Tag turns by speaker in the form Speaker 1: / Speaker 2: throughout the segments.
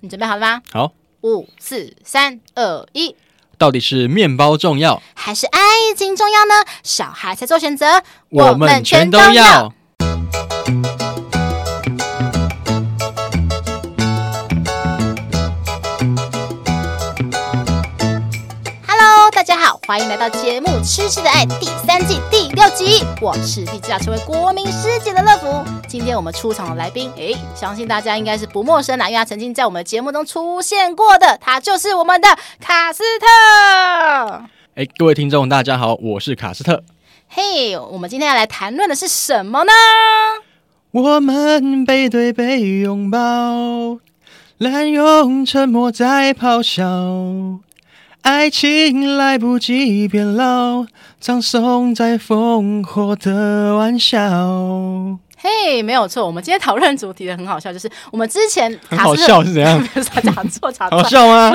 Speaker 1: 你准备好了吗？
Speaker 2: 好，
Speaker 1: 五、四、三、二、一，
Speaker 2: 到底是面包重要，
Speaker 1: 还是爱情重要呢？小孩才做选择，
Speaker 2: 我们全都要。
Speaker 1: Hello，大家好，欢迎来到节目《吃吃的爱》第三季第六集。我是立志要成为国民师姐的乐福。今天我们出场的来宾，诶，相信大家应该是不陌生啦，因为他曾经在我们的节目中出现过的，他就是我们的卡斯特。
Speaker 2: 哎，各位听众，大家好，我是卡斯特。
Speaker 1: 嘿、我们今天要来谈论的是什么呢？
Speaker 2: 我们背对背拥抱，滥用沉默在咆哮，爱情来不及变老，葬送在烽火的玩笑。
Speaker 1: 嘿、没有错，我们今天讨论主题的很好笑，就是我们之前
Speaker 2: 很
Speaker 1: 卡
Speaker 2: 好
Speaker 1: 斯特
Speaker 2: 笑是怎样？
Speaker 1: 不是啊讲错讲
Speaker 2: 好
Speaker 1: 错，
Speaker 2: 笑吗？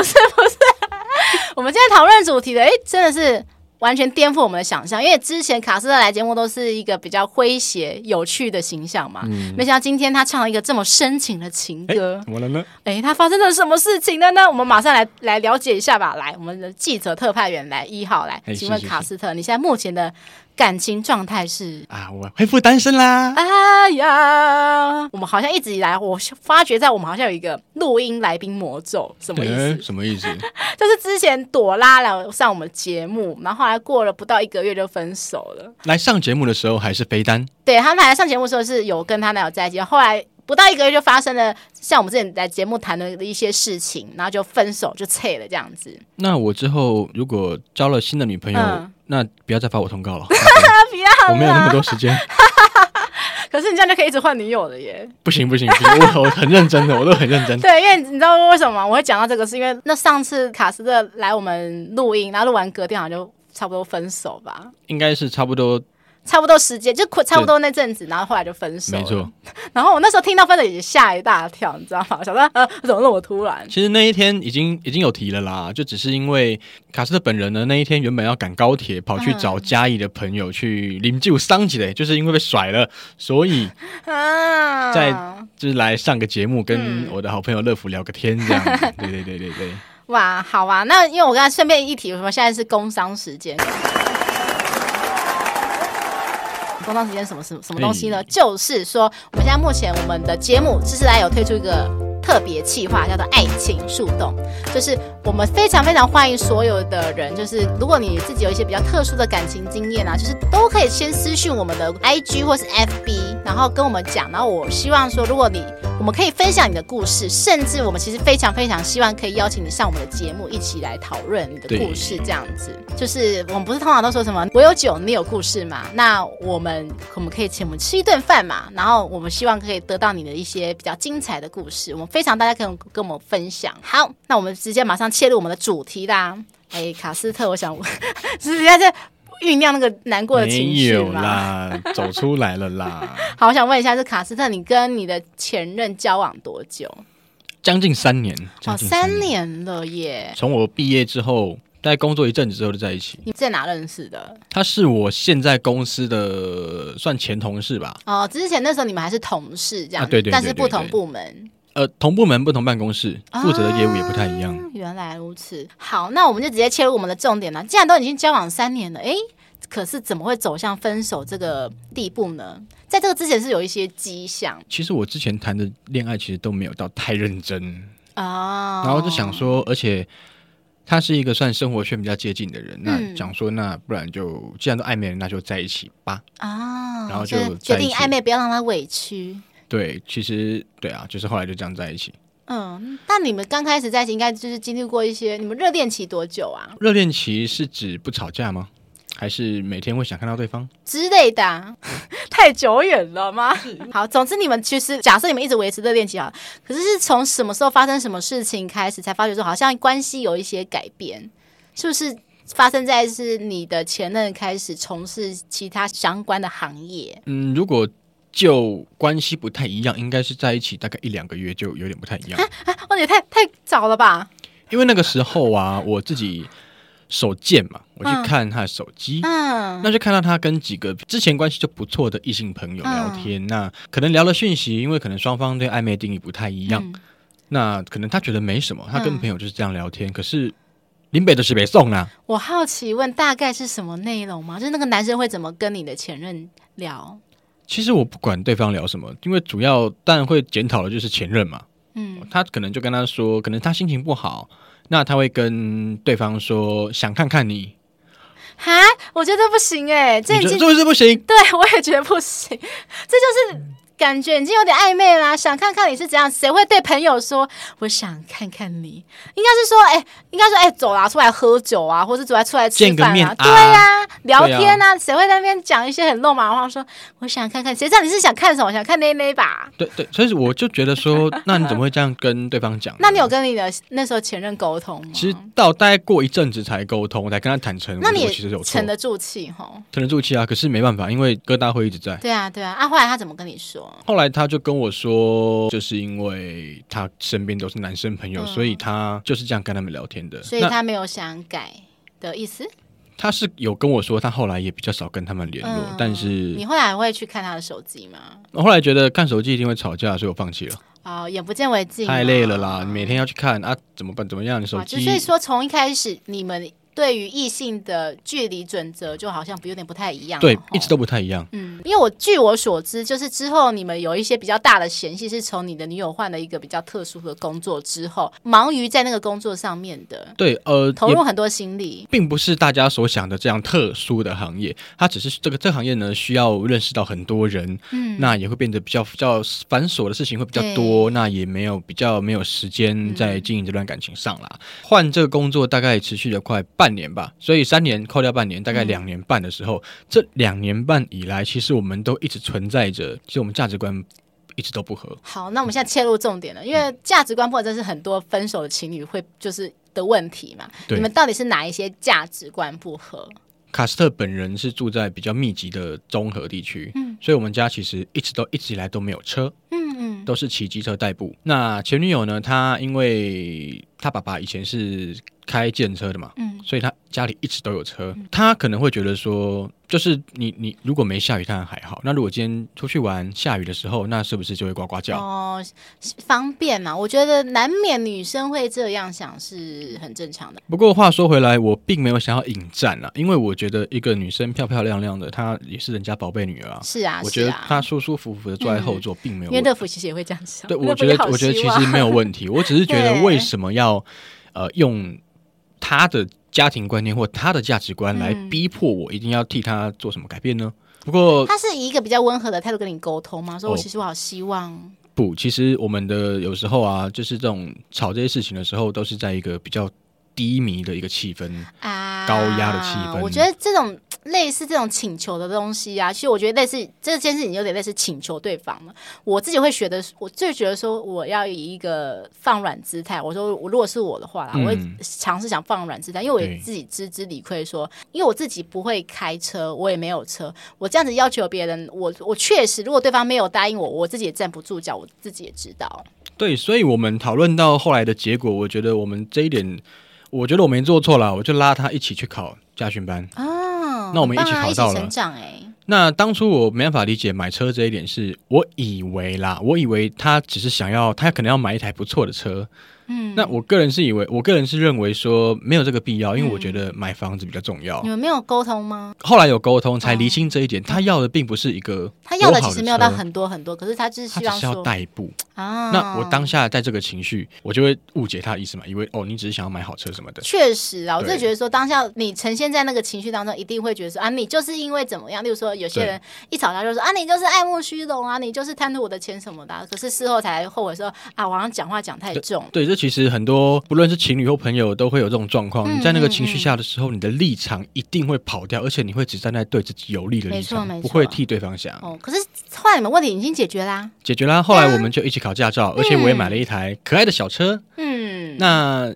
Speaker 1: 我们今天讨论主题的，哎，真的是完全颠覆我们的想象，因为之前卡斯特来节目都是一个比较诙谐、有趣的形象嘛，
Speaker 2: 嗯
Speaker 1: 没想到今天他唱了一个这么深情的情歌，
Speaker 2: 怎么了呢？
Speaker 1: 哎，他发生了什么事情了呢？我们马上来来了解一下吧。来，我们的记者特派员来一号来
Speaker 2: 哎，
Speaker 1: 请问
Speaker 2: 是是
Speaker 1: 卡斯特，你现在目前的感情状态是？
Speaker 2: 啊，我恢复单身啦！
Speaker 1: 哎呀，我们好像一直以来，我发觉在我们好像有一个录音来宾魔咒，什么意思？
Speaker 2: 哎什么意思？
Speaker 1: 就是之前朵拉来上我们节目，然后后来过了不到一个月就分手了。
Speaker 2: 来上节目的时候还是飞单，
Speaker 1: 对，她来上节目的时候是有跟她男友在一起，后来不到一个月就发生了像我们之前在节目谈论的一些事情，然后就分手就撤了这样子。
Speaker 2: 那我之后如果交了新的女朋友，
Speaker 1: 嗯
Speaker 2: 那不要再发我通 告了，
Speaker 1: 啊，不要
Speaker 2: 我没有那么
Speaker 1: 啦！
Speaker 2: 多时间。
Speaker 1: 可是你这样就可以一直换女友了耶。
Speaker 2: 不行不行不行，我我很认真的，我都很 认 真。
Speaker 1: 对，因为你知道为什么我会讲到这个，是因为那上次卡斯特来我们录音，然后录完隔天好像就差不多分手吧。
Speaker 2: 应该是差不多，
Speaker 1: 差不多时间就差不多那阵子，然后后来就分手。
Speaker 2: 没错。。
Speaker 1: 然后我那时候听到分手也吓一大跳，你知道吗？我想说，呃，怎么那么突然？
Speaker 2: 其实那一天已经已经有提了啦，就只是因为卡斯特本人呢，那一天原本要赶高铁，跑去找嘉义的朋友去临救桑吉的，就是因为被甩了，所以
Speaker 1: 啊，
Speaker 2: 在就是来上个节目，跟
Speaker 1: 嗯
Speaker 2: 我的好朋友乐福聊个天 这样子。对对对对对，
Speaker 1: 哇，好啊。那因为我刚才顺便一提，我们现在是工商时间。工商时间什么什什么东西呢？
Speaker 2: 哎
Speaker 1: 就是说，我们现在目前我们的节目知识来有推出一个特别企划，叫做“爱情树洞”，就是我们非常非常欢迎所有的人，就是如果你自己有一些比较特殊的感情经验啊，就是都可以先私讯我们的 IG 或是 FB，然后跟我们讲。然后我希望说，如果你我们可以分享你的故事，甚至我们其实非常非常希望可以邀请你上我们的节目，一起来讨论你的
Speaker 2: 对
Speaker 1: 故事。这样子，就是我们不是通常都说什么我有酒，你有故事嘛？那我们我们可以请我们吃一顿饭嘛？然后我们希望可以得到你的一些比较精彩的故事，我们非常大家可以跟我们分享。好，那我们直接马上切入我们的主题啦。哎，卡斯特，我想 我是现在在酝酿那个难过的情
Speaker 2: 没
Speaker 1: 绪
Speaker 2: 有
Speaker 1: 吗？
Speaker 2: 啦，走出来了啦，
Speaker 1: 好，我想问一下，是卡斯特，你跟你的前任交往多久？
Speaker 2: 将近三年，
Speaker 1: 哦，
Speaker 2: 将近
Speaker 1: 三，年了耶！
Speaker 2: 从我毕业之后，大概工作一阵子之后就在一起。
Speaker 1: 你在哪认识的？
Speaker 2: 他是我现在公司的算前同事吧，
Speaker 1: 哦，之前那时候你们还是同事这样，
Speaker 2: 啊对对对
Speaker 1: 但是不
Speaker 2: 对对
Speaker 1: 同
Speaker 2: 对
Speaker 1: 部门。
Speaker 2: 呃，同部门不同办公室，
Speaker 1: 哦
Speaker 2: 负责的业务也不太一样。
Speaker 1: 啊原来如此，好，那我们就直接切入我们的重点了。既然都已经交往三年了，诶，可是怎么会走向分手这个地步呢？在这个之前是有一些迹象
Speaker 2: 其实我之前谈的恋爱其实都没有到太认真，
Speaker 1: 啊，
Speaker 2: 然后就想说，而且他是一个算生活圈比较接近的人，那
Speaker 1: 嗯
Speaker 2: 想说那不然就既然都暧昧了，那就在一起吧。
Speaker 1: 啊，
Speaker 2: 然后就是
Speaker 1: 决
Speaker 2: 在一
Speaker 1: 定
Speaker 2: 起
Speaker 1: 暧昧，不要让他委屈。
Speaker 2: 对，其实对啊，就是后来就这样在一起。
Speaker 1: 嗯，那你们刚开始在一起，应该就是经历过一些，你们热恋期多久啊
Speaker 2: 热恋期是指不吵架吗？还是每天会想看到对方？
Speaker 1: 之类的、啊？ 太久远了吗？好，总之你们其实假设你们一直维持热恋期好了，啊可是是从什么时候发生什么事情开始，才发觉说好像关系有一些改变，是不是发生在是你的前任开始从事其他相关的行业？
Speaker 2: 嗯，如果就关系不太一样，应该是在一起大概一两个月就有点不太一样，
Speaker 1: 啊，哦，也太太早了吧？
Speaker 2: 因为那个时候啊，我自己手贱嘛，我去
Speaker 1: 嗯
Speaker 2: 看他的手机。
Speaker 1: 嗯，
Speaker 2: 那就看到他跟几个之前关系就不错的异
Speaker 1: 嗯
Speaker 2: 性朋友聊天，那可能聊了讯息，因为可能双方对暧昧定义不太一样，
Speaker 1: 嗯
Speaker 2: 那可能他觉得没什么，他跟
Speaker 1: 嗯
Speaker 2: 朋友就是这样聊天。可是林北的是北宋啊啦，
Speaker 1: 我好奇问，大概是什么内容吗？就是那个男生会怎么跟你的前任聊？
Speaker 2: 其实我不管对方聊什么，因为主要但会检讨的就是前任嘛。
Speaker 1: 嗯
Speaker 2: 他可能就跟他说，可能他心情不好，那他会跟对方说想看看你，
Speaker 1: 哈，我觉得不行哎、这
Speaker 2: 你
Speaker 1: 已
Speaker 2: 这
Speaker 1: 经
Speaker 2: 是不是不行？
Speaker 1: 对我也觉得不行，这就是感觉已经有点暧昧啦。想看看你是怎样，谁会对朋友说我想看看你？应该是说，哎、应该说，哎、走啦，出来喝酒啊，或者走来出来吃
Speaker 2: 见个
Speaker 1: 饭
Speaker 2: 面
Speaker 1: 啊
Speaker 2: 啊，
Speaker 1: 对呀、聊天啊，谁会在那边讲一些很肉麻的话？说我想看看，谁知道你是想看什么？想看内内吧？
Speaker 2: 对对，所以我就觉 得说，那你怎么会这样跟对方讲？
Speaker 1: 那你有跟你的那时候前任沟通吗？
Speaker 2: 直到大概过一阵子才沟通，我才跟他坦诚，
Speaker 1: 那你
Speaker 2: 嗯我其实有
Speaker 1: 也
Speaker 2: 错
Speaker 1: 沉，得住气吼？
Speaker 2: 沉得住气啊。可是没办法，因为疙瘩会一直在。
Speaker 1: 对啊，对啊。啊，后来他怎么跟你说？
Speaker 2: 后来他就跟我说，就是因为他身边都是男生朋友，
Speaker 1: 嗯
Speaker 2: 所以他就是这样跟他们聊天的。
Speaker 1: 所以
Speaker 2: 那
Speaker 1: 他没有想改的意思。
Speaker 2: 他是有跟我说，他后来也比较少跟他们联络，
Speaker 1: 嗯
Speaker 2: 但是
Speaker 1: 你后来会去看他的手机吗？
Speaker 2: 我后来觉得看手机一定会吵架，所以我放弃了，
Speaker 1: 哦，眼不见为净，
Speaker 2: 太累了啦，每天要去看啊，怎么办？怎么样？你手
Speaker 1: 哇就
Speaker 2: 机
Speaker 1: 所以说，从一开始你们对于异性的距离准则就好像有点不太一样了，啊
Speaker 2: 对
Speaker 1: 吼，
Speaker 2: 一直。都不太一样。
Speaker 1: 嗯，因为我据我所知，就是之后你们有一些比较大的嫌隙，是从你的女友换了一个比较特殊的工作之后，忙于在那个工作上面的，
Speaker 2: 对，呃，
Speaker 1: 投
Speaker 2: 也
Speaker 1: 入很多心力。
Speaker 2: 并不是大家所想的这样特殊的行业，它只是这个这个行业呢需要认识到很多人，
Speaker 1: 嗯，
Speaker 2: 那也会变得比较比较繁琐的事情会比较多，那也没有比较没有时间在经营这段感情上啦。换这个工作大概持续了快半年吧，所以三年扣掉半年，大概两年半的时候，这两年半以来，其实我们都一直存在着，其实我们价值观一直都不合。
Speaker 1: 好，那我们现在切入重点了，因为价值观或者是很多分手的情侣会就是的问题嘛。
Speaker 2: 对
Speaker 1: 你们到底是哪一些价值观不合？
Speaker 2: 卡斯特本人是住在比较密集的综合地区，
Speaker 1: 嗯
Speaker 2: 所以我们家其实一直都一直以来都没有车。
Speaker 1: 嗯嗯
Speaker 2: 都是骑机车代步。那前女友呢？她因为她爸爸以前是开电车的嘛，
Speaker 1: 嗯，
Speaker 2: 所以她家里一直都有车。她可能会觉得说，就是你你如果没下雨，当然还好。那如果今天出去玩下雨的时候，那是不是就会呱呱叫？
Speaker 1: 哦，方便嘛，我觉得难免女生会这样想是很正常的。
Speaker 2: 不过话说回来，我并没有想要引战啊，因为我觉得一个女生漂漂亮亮的，她也是人家宝贝女儿啊。
Speaker 1: 是啊，
Speaker 2: 我觉得
Speaker 1: 是啊嗯
Speaker 2: 她舒舒服服的坐在后座，并没有
Speaker 1: 因为乐福其实也会这样想。
Speaker 2: 对，
Speaker 1: 乐
Speaker 2: 我
Speaker 1: 福
Speaker 2: 觉
Speaker 1: 也
Speaker 2: 得
Speaker 1: 好
Speaker 2: 我觉得
Speaker 1: 希
Speaker 2: 其
Speaker 1: 望
Speaker 2: 实没有问题，我只是觉得
Speaker 1: 对
Speaker 2: 为什么要呃用他的家庭观念或他的价值观来
Speaker 1: 嗯
Speaker 2: 逼迫我一定要替他做什么改变呢？不过
Speaker 1: 他是以一个比较温和的态度跟你沟通吗？说我
Speaker 2: 哦
Speaker 1: 其实我好希望，
Speaker 2: 不，其实我们的有时候啊，就是这种吵这些事情的时候，都是在一个比较低迷的一个气氛。
Speaker 1: 啊，
Speaker 2: 高压的气氛
Speaker 1: 我觉得这种类似这种请求的东西啊，其实我觉得类似这件事情有点类似请求对方了。我自己会觉得，我最觉得说我要以一个放软姿态。我说，我如果是我的话啦，
Speaker 2: 嗯
Speaker 1: 我会尝试想放软姿态，因为我也
Speaker 2: 对
Speaker 1: 自己知之理亏说因为我自己不会开车，我也没有车，我这样子要求别人，我我确实，如果对方没有答应我，我自己也站不住脚，我自己也知道。
Speaker 2: 对，所以我们讨论到后来的结果，我觉得我们这一点，我觉得我没做错啦，我就拉他一起去考驾训班。
Speaker 1: 哦，
Speaker 2: 那我们一起
Speaker 1: 很棒啊
Speaker 2: 考
Speaker 1: 一
Speaker 2: 到了
Speaker 1: 起成长哎、
Speaker 2: 那当初我没办法理解买车这一点是，我以为啦，我以为他只是想要，他可能要买一台不错的车。
Speaker 1: 嗯，
Speaker 2: 那我个人是以为，我个人是认为说没有这个必要，
Speaker 1: 嗯
Speaker 2: 因为我觉得买房子比较重要。
Speaker 1: 你们没有沟通吗？
Speaker 2: 后来有沟通才厘清这一点，他要的并不是一个
Speaker 1: 嗯他要
Speaker 2: 多
Speaker 1: 的
Speaker 2: 好
Speaker 1: 其
Speaker 2: 的
Speaker 1: 实没有到
Speaker 2: 车，
Speaker 1: 很多很多，可是他就是希
Speaker 2: 他只
Speaker 1: 望
Speaker 2: 是要
Speaker 1: 说
Speaker 2: 代步。
Speaker 1: 啊。
Speaker 2: 那我当下在这个情绪，我就会误解他的意思嘛，以为哦你只是想要买好车什么的。
Speaker 1: 确实啊，我
Speaker 2: 对
Speaker 1: 就觉得说，当下你呈现在那个情绪当中，一定会觉得说啊，你就是因为怎么样？例如说，有些人一吵架就说啊，你就是爱慕虚荣啊，你就是贪图我的钱什么的啊、可是事后才后悔说啊，我好像讲话讲太重。
Speaker 2: 对，这其实很多不论是情侣或朋友都会有这种状况。
Speaker 1: 嗯
Speaker 2: 你在那个情绪下的时候，你的立场一定会跑掉，而且你会只站在对自己有利的立场
Speaker 1: 没错没，错
Speaker 2: 不会替对方想。
Speaker 1: 哦，可是后来你们问题已经解决啦、
Speaker 2: 解决啦，后来我们就一起考驾照，而且我也买了一台可爱的小车。
Speaker 1: 嗯，
Speaker 2: 那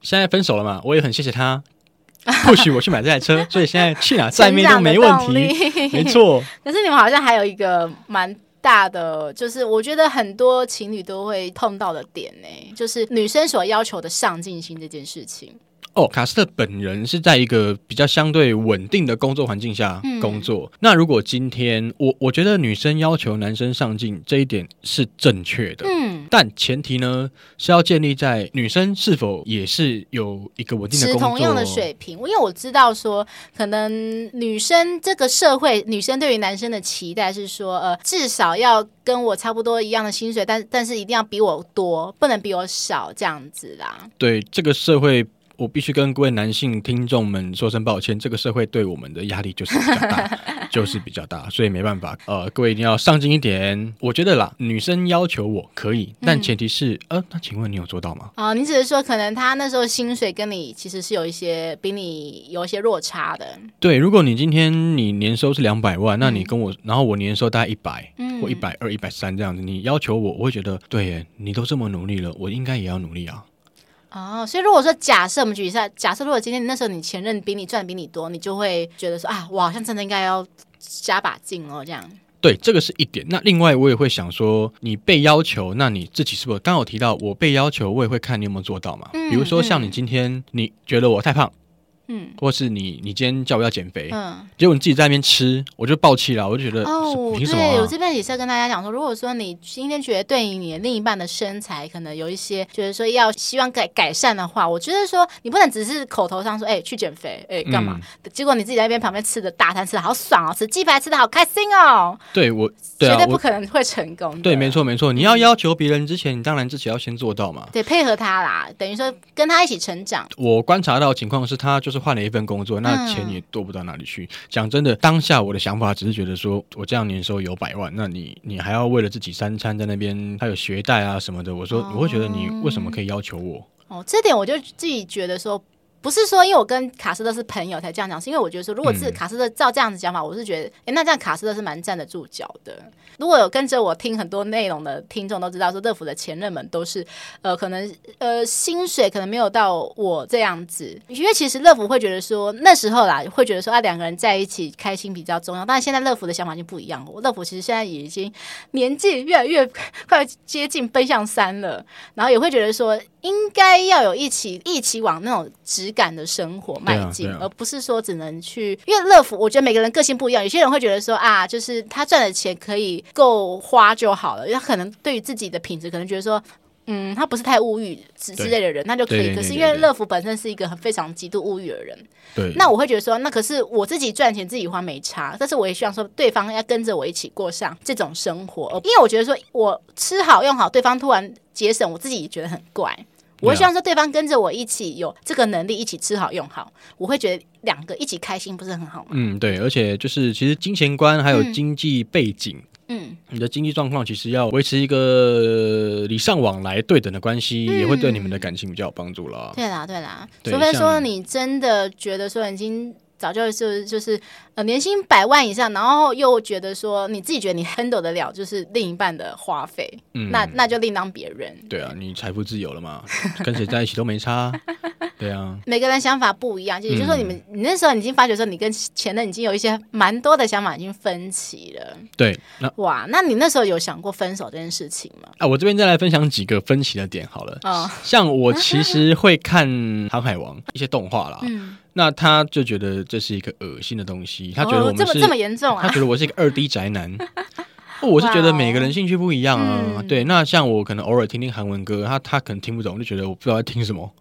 Speaker 2: 现在分手了嘛，我也很谢谢他 ，push 我去买这台车，所以现在去哪再
Speaker 1: 成
Speaker 2: 面都
Speaker 1: 长的
Speaker 2: 没问
Speaker 1: 动
Speaker 2: 题。
Speaker 1: 力
Speaker 2: 没错，
Speaker 1: 可是你们好像还有一个蛮大的，就是我觉得很多情侣都会碰到的点呢、就是女生所要求的上进心这件事情。
Speaker 2: 哦，卡斯特本人是在一个比较相对稳定的工作环境下
Speaker 1: 嗯
Speaker 2: 工作。那如果今天我我觉得女生要求男生上进这一点是正确的，
Speaker 1: 嗯，
Speaker 2: 但前提呢是要建立在女生是否也是有一个稳定的
Speaker 1: 持
Speaker 2: 工作，
Speaker 1: 同样的水平，因为我知道说，可能女生这个社会，女生对于男生的期待是说，呃，至少要跟我差不多一样的薪水，但但是一定要比我多，不能比我少这样子啦。
Speaker 2: 对这个社会，我必须跟各位男性听众们说声抱歉，这个社会对我们的压力就是比较 大，就是比较大，所以没办法。呃，各位一定要上进一点。我觉得啦，女生要求我可以，
Speaker 1: 嗯
Speaker 2: 但前提是，呃，那请问你有做到吗？
Speaker 1: 哦、你只是说，可能他那时候薪水跟你其实是有一些比你有一些落差的。
Speaker 2: 对，如果你今天你年收是两百万，那你
Speaker 1: 嗯
Speaker 2: 跟我，然后我年收大概一百。
Speaker 1: 嗯，
Speaker 2: 或一百二、一百三这样子，你要求我，我会觉得对耶，你都这么努力了，我应该也要努力啊。
Speaker 1: 哦，所以如果说假设我们举一下，假设如果今天那时候你前任比你赚得比你多，你就会觉得说啊，我好像真的应该要加把劲哦，这样。
Speaker 2: 对，这个是一点。那另外我也会想说，你被要求，那你自己是不是？刚刚有提到我被要求，我也会看你有没有做到嘛。
Speaker 1: 嗯
Speaker 2: 比如说
Speaker 1: 嗯
Speaker 2: 像你今天你觉得我太胖，
Speaker 1: 嗯
Speaker 2: 或是你你今天叫我要减肥，
Speaker 1: 嗯。
Speaker 2: 结果你自己在那边吃，我就暴气了，我就觉得
Speaker 1: 哦，
Speaker 2: 呃是凭什么
Speaker 1: 对，我
Speaker 2: 啊？
Speaker 1: 这边也是要跟大家讲说，如果说你今天觉得对于你的另一半的身材可能有一些觉得说要希望改改善的话，我觉得说你不能只是口头上说，哎、去减肥，哎、干嘛、
Speaker 2: 嗯
Speaker 1: 结果你自己在那边旁边吃的大餐吃的好爽哦，吃鸡排吃的好开心哦，
Speaker 2: 对我对
Speaker 1: 绝
Speaker 2: 啊
Speaker 1: 对，不
Speaker 2: 我
Speaker 1: 可能会成功的嗯
Speaker 2: 对，没。错没错。你要要求别人之前，你当然自己要先做到嘛。
Speaker 1: 对，配合他啦，等于说跟他一起成长。
Speaker 2: 我观察到的情况是，他就是换了一份工作，那
Speaker 1: 嗯
Speaker 2: 钱也多不到哪里去。讲真的，当下我的想法只是觉得说，我这样年收有百万，那你你还要为了自己三餐在那边，还有学贷啊什么的，我说
Speaker 1: 哦
Speaker 2: 我会觉得你为什么可以要求我？
Speaker 1: 哦，这点我就自己觉得说，不是说因为我跟卡斯特是朋友才这样讲，是因为我觉得说，如果是
Speaker 2: 嗯
Speaker 1: 卡斯特照这样子讲法，我是觉得，哎，那这样卡斯特是蛮站得住脚的。如果有跟着我听很多内容的听众都知道，说乐福的前任们都是，呃，可能呃薪水可能没有到我这样子，因为其实乐福会觉得说那时候啦，会觉得说啊两个人在一起开心比较重要，但是现在乐福的想法就不一样了。乐福其实现在也已经年纪越来越快接近奔向三了，然后也会觉得说，应该要有一起一起往那种质感的生活迈进，
Speaker 2: 对啊对啊
Speaker 1: 而不是说只能去。因为乐福，我觉得每个人个性不一样，有些人会觉得说啊，就是他赚的钱可以够花就好了，因为他可能对于自己的品质，可能觉得说。嗯，他不是太物欲之之
Speaker 2: 对
Speaker 1: 类的人，那就可以。
Speaker 2: 对对对
Speaker 1: 可是
Speaker 2: 对
Speaker 1: 因为
Speaker 2: 对
Speaker 1: 乐福本身是一个很非常极度物欲的人，
Speaker 2: 对，
Speaker 1: 那我会觉得说，那可是我自己赚钱自己花没差，但是我也希望说对方要跟着我一起过上这种生活，而因为我觉得说我吃好用好，对方突然节省，我自己也觉得很怪。我会希望说对方跟着我一起有这个能力，一起吃好用好，我会觉得两个一起开心不是很好吗？
Speaker 2: 嗯对，而且就是其实金钱观还有
Speaker 1: 嗯
Speaker 2: 经济背景。
Speaker 1: 嗯，
Speaker 2: 你的经济状况其实要维持一个礼尚往来、对等的关系，也会对你们的感情比较有帮助啦。
Speaker 1: 嗯对啦对啦，
Speaker 2: 对
Speaker 1: 除非说
Speaker 2: 像
Speaker 1: 你真的觉得说已经。早就就是就是呃年薪百万以上，然后又觉得说你自己觉得你 handle 得了，就是另一半的花费，
Speaker 2: 嗯
Speaker 1: 那那就另当别人。
Speaker 2: 对啊，你财富自由了嘛，跟谁在一起都没差。对啊，
Speaker 1: 每个人想法不一样，就也就是说，
Speaker 2: 嗯
Speaker 1: 你们、你那时候已经发觉说，你跟前任已经有一些蛮多的想法已经分歧了。
Speaker 2: 对，那
Speaker 1: 哇，那你那时候有想过分手这件事情吗？
Speaker 2: 啊，我这边再来分享几个分歧的点好了。
Speaker 1: 哦，
Speaker 2: 像我其实会看《航海王》 一些动画啦，
Speaker 1: 嗯，
Speaker 2: 那他就觉得这是一个恶心的东西，他觉得我
Speaker 1: 哦、这
Speaker 2: 们
Speaker 1: 么
Speaker 2: 是，
Speaker 1: 这么严重
Speaker 2: 他
Speaker 1: 啊？
Speaker 2: 觉得我是一个二 D 宅男。哦我是觉得每个人兴趣不一样啊，
Speaker 1: 嗯
Speaker 2: 对。那像我可能偶尔听听韩文歌，他他可能听不懂，就觉得我不知道在听 什么。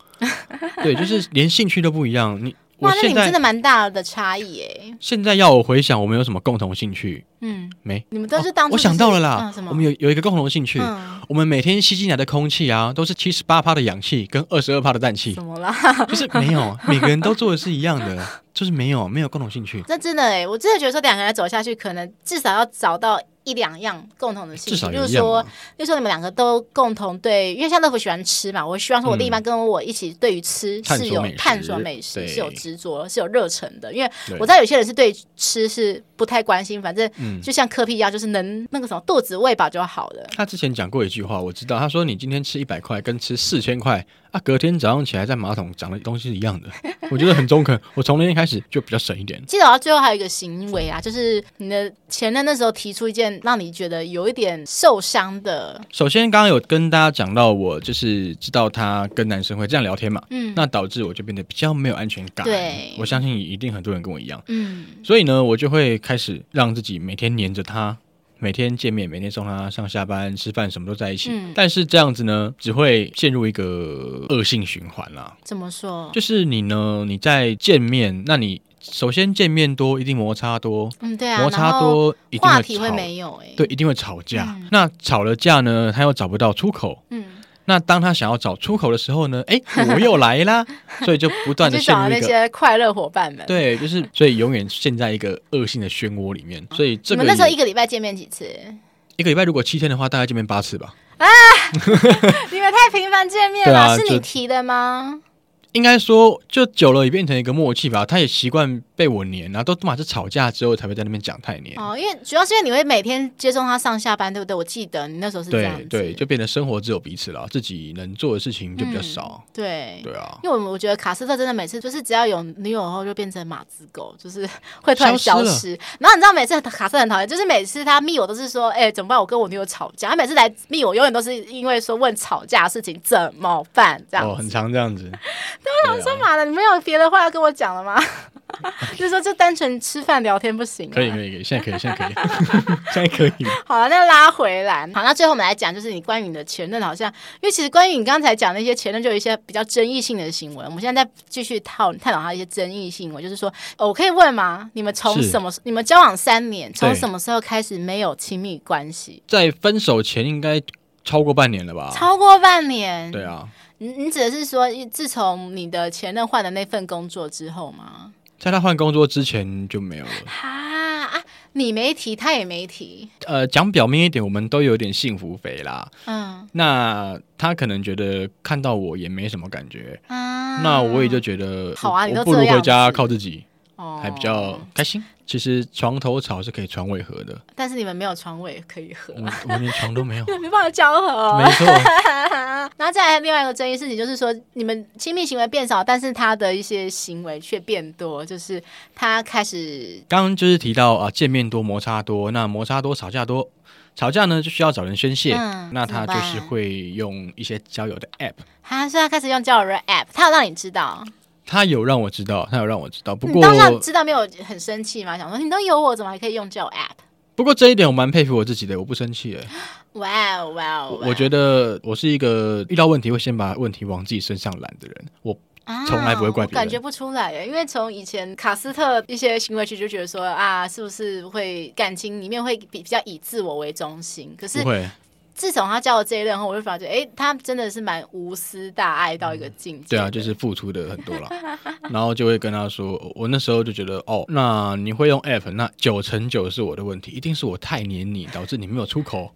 Speaker 2: 对，就是连兴趣都不一样。你我
Speaker 1: 哇，那你
Speaker 2: 现
Speaker 1: 们真
Speaker 2: 在
Speaker 1: 的蛮大的差异耶。
Speaker 2: 现在要我回想，我们有什么共同兴趣
Speaker 1: 嗯，
Speaker 2: 没？
Speaker 1: 你们都是当、
Speaker 2: 哦
Speaker 1: 初
Speaker 2: 我想
Speaker 1: 就是
Speaker 2: 到了啦，
Speaker 1: 嗯、什么？
Speaker 2: 我们有有一个共同兴趣，
Speaker 1: 嗯，
Speaker 2: 我们每天吸进来的空气啊，都是七十八帕的氧气跟二十二帕的氮气
Speaker 1: 怎，么啦？
Speaker 2: 就是没 有每个人都做的是一样的，就是没有没有共同兴趣，
Speaker 1: 那真的哎，我真的觉得说两个人走下去，可能至少要找到一两样共同的兴
Speaker 2: 至
Speaker 1: 趣，
Speaker 2: 少
Speaker 1: 比
Speaker 2: 有
Speaker 1: 如
Speaker 2: 一样
Speaker 1: 说
Speaker 2: 嘛。
Speaker 1: 就说你们两个都共同对，因为像乐福喜欢吃嘛，我希望说我另一半跟我一起对于吃
Speaker 2: 嗯探
Speaker 1: 是
Speaker 2: 索
Speaker 1: 有
Speaker 2: 美食
Speaker 1: 探索美食
Speaker 2: 对
Speaker 1: 是有执着是有热忱的，因为
Speaker 2: 对
Speaker 1: 我知道有些人是对吃是不太关心，反正
Speaker 2: 嗯
Speaker 1: 就像柯皮一样，就是能那个什么肚子喂饱就好了。
Speaker 2: 他之前讲过一句话，我知道，他说你今天吃一百块跟吃四千块啊，隔天早上起来在马桶长的东西是一 样的，我觉得很中肯。我从那天开始就比较省一点。
Speaker 1: 记得到最后还有一个行为啊，就是你的前任那时候提出一件让你觉得有一点受伤的，
Speaker 2: 首先，刚刚有跟大家讲到，我就是知道他跟男生会这样聊天嘛，
Speaker 1: 嗯
Speaker 2: 那导致我就变得比较没有安全感。
Speaker 1: 对
Speaker 2: 我相信一定很多人跟我一样，
Speaker 1: 嗯，
Speaker 2: 所以呢，我就会开始让自己每天黏着他，每天见面，每天送他上下班、吃饭，什么都在一起。
Speaker 1: 嗯
Speaker 2: 但是这样子呢，只会陷入一个恶性循环啦。
Speaker 1: 怎么说？
Speaker 2: 就是你呢，你在见面，那你首先见面多，一定摩擦多，
Speaker 1: 嗯，对啊，
Speaker 2: 摩擦
Speaker 1: 然后
Speaker 2: 多一定
Speaker 1: 话
Speaker 2: 会
Speaker 1: 题
Speaker 2: 吵，
Speaker 1: 没有哎、欸，
Speaker 2: 对，，一定会吵架。
Speaker 1: 嗯
Speaker 2: 那吵了架呢，他又找不到出口。
Speaker 1: 嗯，
Speaker 2: 那当他想要找出口的时候呢，哎，我又 来啦，所以就不断
Speaker 1: 去
Speaker 2: 的陷
Speaker 1: 找
Speaker 2: 入
Speaker 1: 那
Speaker 2: 一个。
Speaker 1: 些快乐伙伴们。，
Speaker 2: 对，就是所以永远陷在一个恶性的漩涡里面，所以这
Speaker 1: 你
Speaker 2: 个
Speaker 1: 们那时候
Speaker 2: 也
Speaker 1: 一个礼拜见面几次？
Speaker 2: 一个礼拜如果七天的话，大概见面八次吧。
Speaker 1: 你们太频繁见面
Speaker 2: 对
Speaker 1: 了，
Speaker 2: 啊
Speaker 1: 是
Speaker 2: 就
Speaker 1: 你提的吗？
Speaker 2: 应该说，就久了也变成一个默契吧。他也习惯被我黏啊，都都嘛是吵架之后才会在那边讲太黏。
Speaker 1: 哦，因为主要是因为你会每天接送他上下班，对不对？我记得你那时候是这样
Speaker 2: 对
Speaker 1: 子，
Speaker 2: 对，就变得生活只有彼此了，自己能做的事情就比较少。
Speaker 1: 对
Speaker 2: 对啊，
Speaker 1: 因为我我觉得卡斯特真的每次就是只要有女友后就变成马子狗，就是会突然
Speaker 2: 消
Speaker 1: 消
Speaker 2: 失了
Speaker 1: 失。然后你知道每次卡斯特很讨厌，就是每次他密我都是说，哎、怎么办？我跟我女友吵架。他每次来密我，永远都是因为说问吵架的事情怎么办这样
Speaker 2: 哦，
Speaker 1: 子。
Speaker 2: 很常这样子。对啊，
Speaker 1: 干嘛呢？你没有别的话要跟我讲了 吗？就是说，就单纯吃饭聊天不行、啊。
Speaker 2: 可以可以可以，现在可以现在可 以现在可以。
Speaker 1: 好了，那拉回来，好，那最后我们来讲，就是你关于你的前任，好像因为其实关于你刚才讲那些前任，就有一些比较争议性的行为，我们现在再继续讨探讨他一些争议行为，就是说，哦、我可以问吗？你们从
Speaker 2: 是
Speaker 1: 什么时？你们交往三年，从
Speaker 2: 对
Speaker 1: 什么时候开始没有亲密关系？
Speaker 2: 在分手前应该超过半年了吧？
Speaker 1: 超过半年？
Speaker 2: 对，啊，
Speaker 1: 你你指的是说，自从你的前任换了那份工作之后吗？
Speaker 2: 在他换工作之前就没有了。
Speaker 1: 哈啊，你没提，他也没提，
Speaker 2: 呃，讲表面一点，我们都有点幸福肥啦。
Speaker 1: 嗯
Speaker 2: 那他可能觉得看到我也没什么感觉，
Speaker 1: 啊，
Speaker 2: 那我也就觉得
Speaker 1: 好啊
Speaker 2: 我
Speaker 1: 你都
Speaker 2: 我不如
Speaker 1: 这样
Speaker 2: 回家
Speaker 1: 子
Speaker 2: 靠自己，
Speaker 1: 哦
Speaker 2: 还比较开心。其实床头吵是可以床尾和的，
Speaker 1: 但是你们没有床位可以合
Speaker 2: 我。们我们连床都没有，
Speaker 1: 没办法交合
Speaker 2: 没。错，
Speaker 1: 然后再来另外一个争议事情，就是说你们亲密行为变少，但是他的一些行为却变多，就是他开始
Speaker 2: 刚刚就是提到啊，见面多摩擦多，那摩擦多吵架多，吵架呢就需要找人宣泄，
Speaker 1: 嗯
Speaker 2: 那
Speaker 1: 怎
Speaker 2: 他
Speaker 1: 么
Speaker 2: 就
Speaker 1: 办
Speaker 2: 是会用一些交友的 app，
Speaker 1: 他所以他开始用交友软 app，他有让你知道，
Speaker 2: 他有让我知道，他有让我知道，不
Speaker 1: 你
Speaker 2: 过
Speaker 1: 当下知道没有很生气吗？想说你都有我，怎么还可以用交友 app？
Speaker 2: 不过这一点我蛮佩服我自己的，我不生气哎，
Speaker 1: 哇哦哇哦！
Speaker 2: 我
Speaker 1: 哇哦
Speaker 2: 我觉得我是一个遇到问题会先把问题往自己身上揽的人，我
Speaker 1: 啊
Speaker 2: 从来不会怪
Speaker 1: 我
Speaker 2: 别人
Speaker 1: 感觉不出来耶，因为从以前卡斯特一些行为举就觉得说啊，是不是会感情里面会比比较以自我为中心？可是
Speaker 2: 不会，
Speaker 1: 自从他交了这一任后，我就发觉，哎、他真的是蛮无私大爱到一个境界、
Speaker 2: 对啊，就是付出的很多 了，然后就会跟他说，我我那时候就觉得哦，那你会用 app，那九成九是我的问题，一定是我太黏你，导致你没有出口，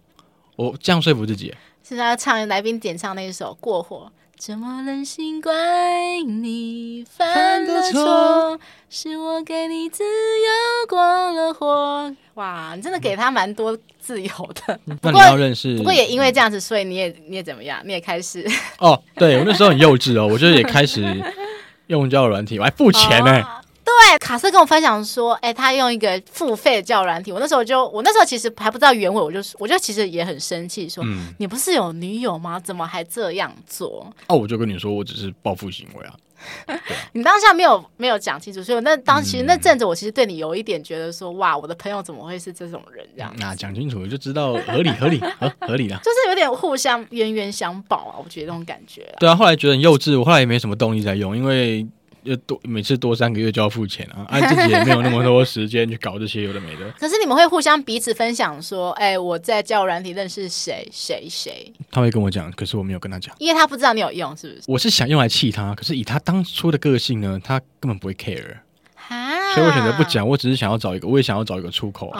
Speaker 2: 我这样说服自己。
Speaker 1: 是他唱来宾点唱那一首《过火》，怎么忍心怪你犯的错？是我给你自由过了火。哇，你真的给他蛮多自由的。
Speaker 2: 那
Speaker 1: 不
Speaker 2: 你
Speaker 1: 过
Speaker 2: 要认识，
Speaker 1: 不过也因为这样子，所以你也你也怎么样？你也开始
Speaker 2: 哦，对我那时候很幼稚哦，我就也开始用交友软体，我还付钱欸呢、
Speaker 1: 哦对，卡斯跟我分享说，哎、他用一个付费的交友软体，我那时候就，我那时候其实还不知道原委，我就我就其实也很生气，说、
Speaker 2: 嗯，
Speaker 1: 你不是有女友吗？怎么还这样做？
Speaker 2: 哦，我就跟你说，我只是报复行为啊。
Speaker 1: 你当下没有没有讲清楚，所以我那当其实
Speaker 2: 嗯
Speaker 1: 那阵子，我其实对你有一点觉得说，哇，我的朋友怎么会是这种人？这样
Speaker 2: 那讲清楚就知道合理合理合合理了。
Speaker 1: 就是有点互相冤冤相报啊，我觉得那种感觉啦。
Speaker 2: 对啊，后来觉得很幼稚，我后来也没什么动力再用，因为又多每次多三个月就要付钱啊，啊自己也没有那么多时间去搞这些有的没的。
Speaker 1: 可是你们会互相彼此分享说，哎、我在交友软体认识谁谁谁，
Speaker 2: 他会跟我讲，可是我没有跟他讲，
Speaker 1: 因为他不知道你有用，是不是？
Speaker 2: 我是想用来气他，可是以他当初的个性呢，他根本不会 care，
Speaker 1: 啊
Speaker 2: 所以我选择不讲，我只是想要找一个，我也想要找一个出口啊。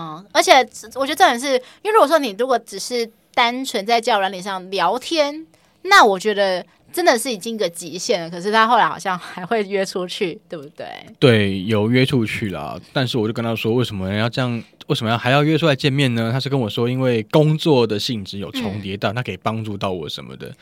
Speaker 1: 哦，而且我觉得重点是，因为如果说你如果只是单纯在交友软件上聊天，那我觉得真的是已经一个极限了。可是他后来好像还会约出去，对不对？
Speaker 2: 对，有约出去啦，但是我就跟他说，为什么要这样？为什么要还要约出来见面呢？他是跟我说，因为工作的性质有重叠到，他可以帮助到我什么的。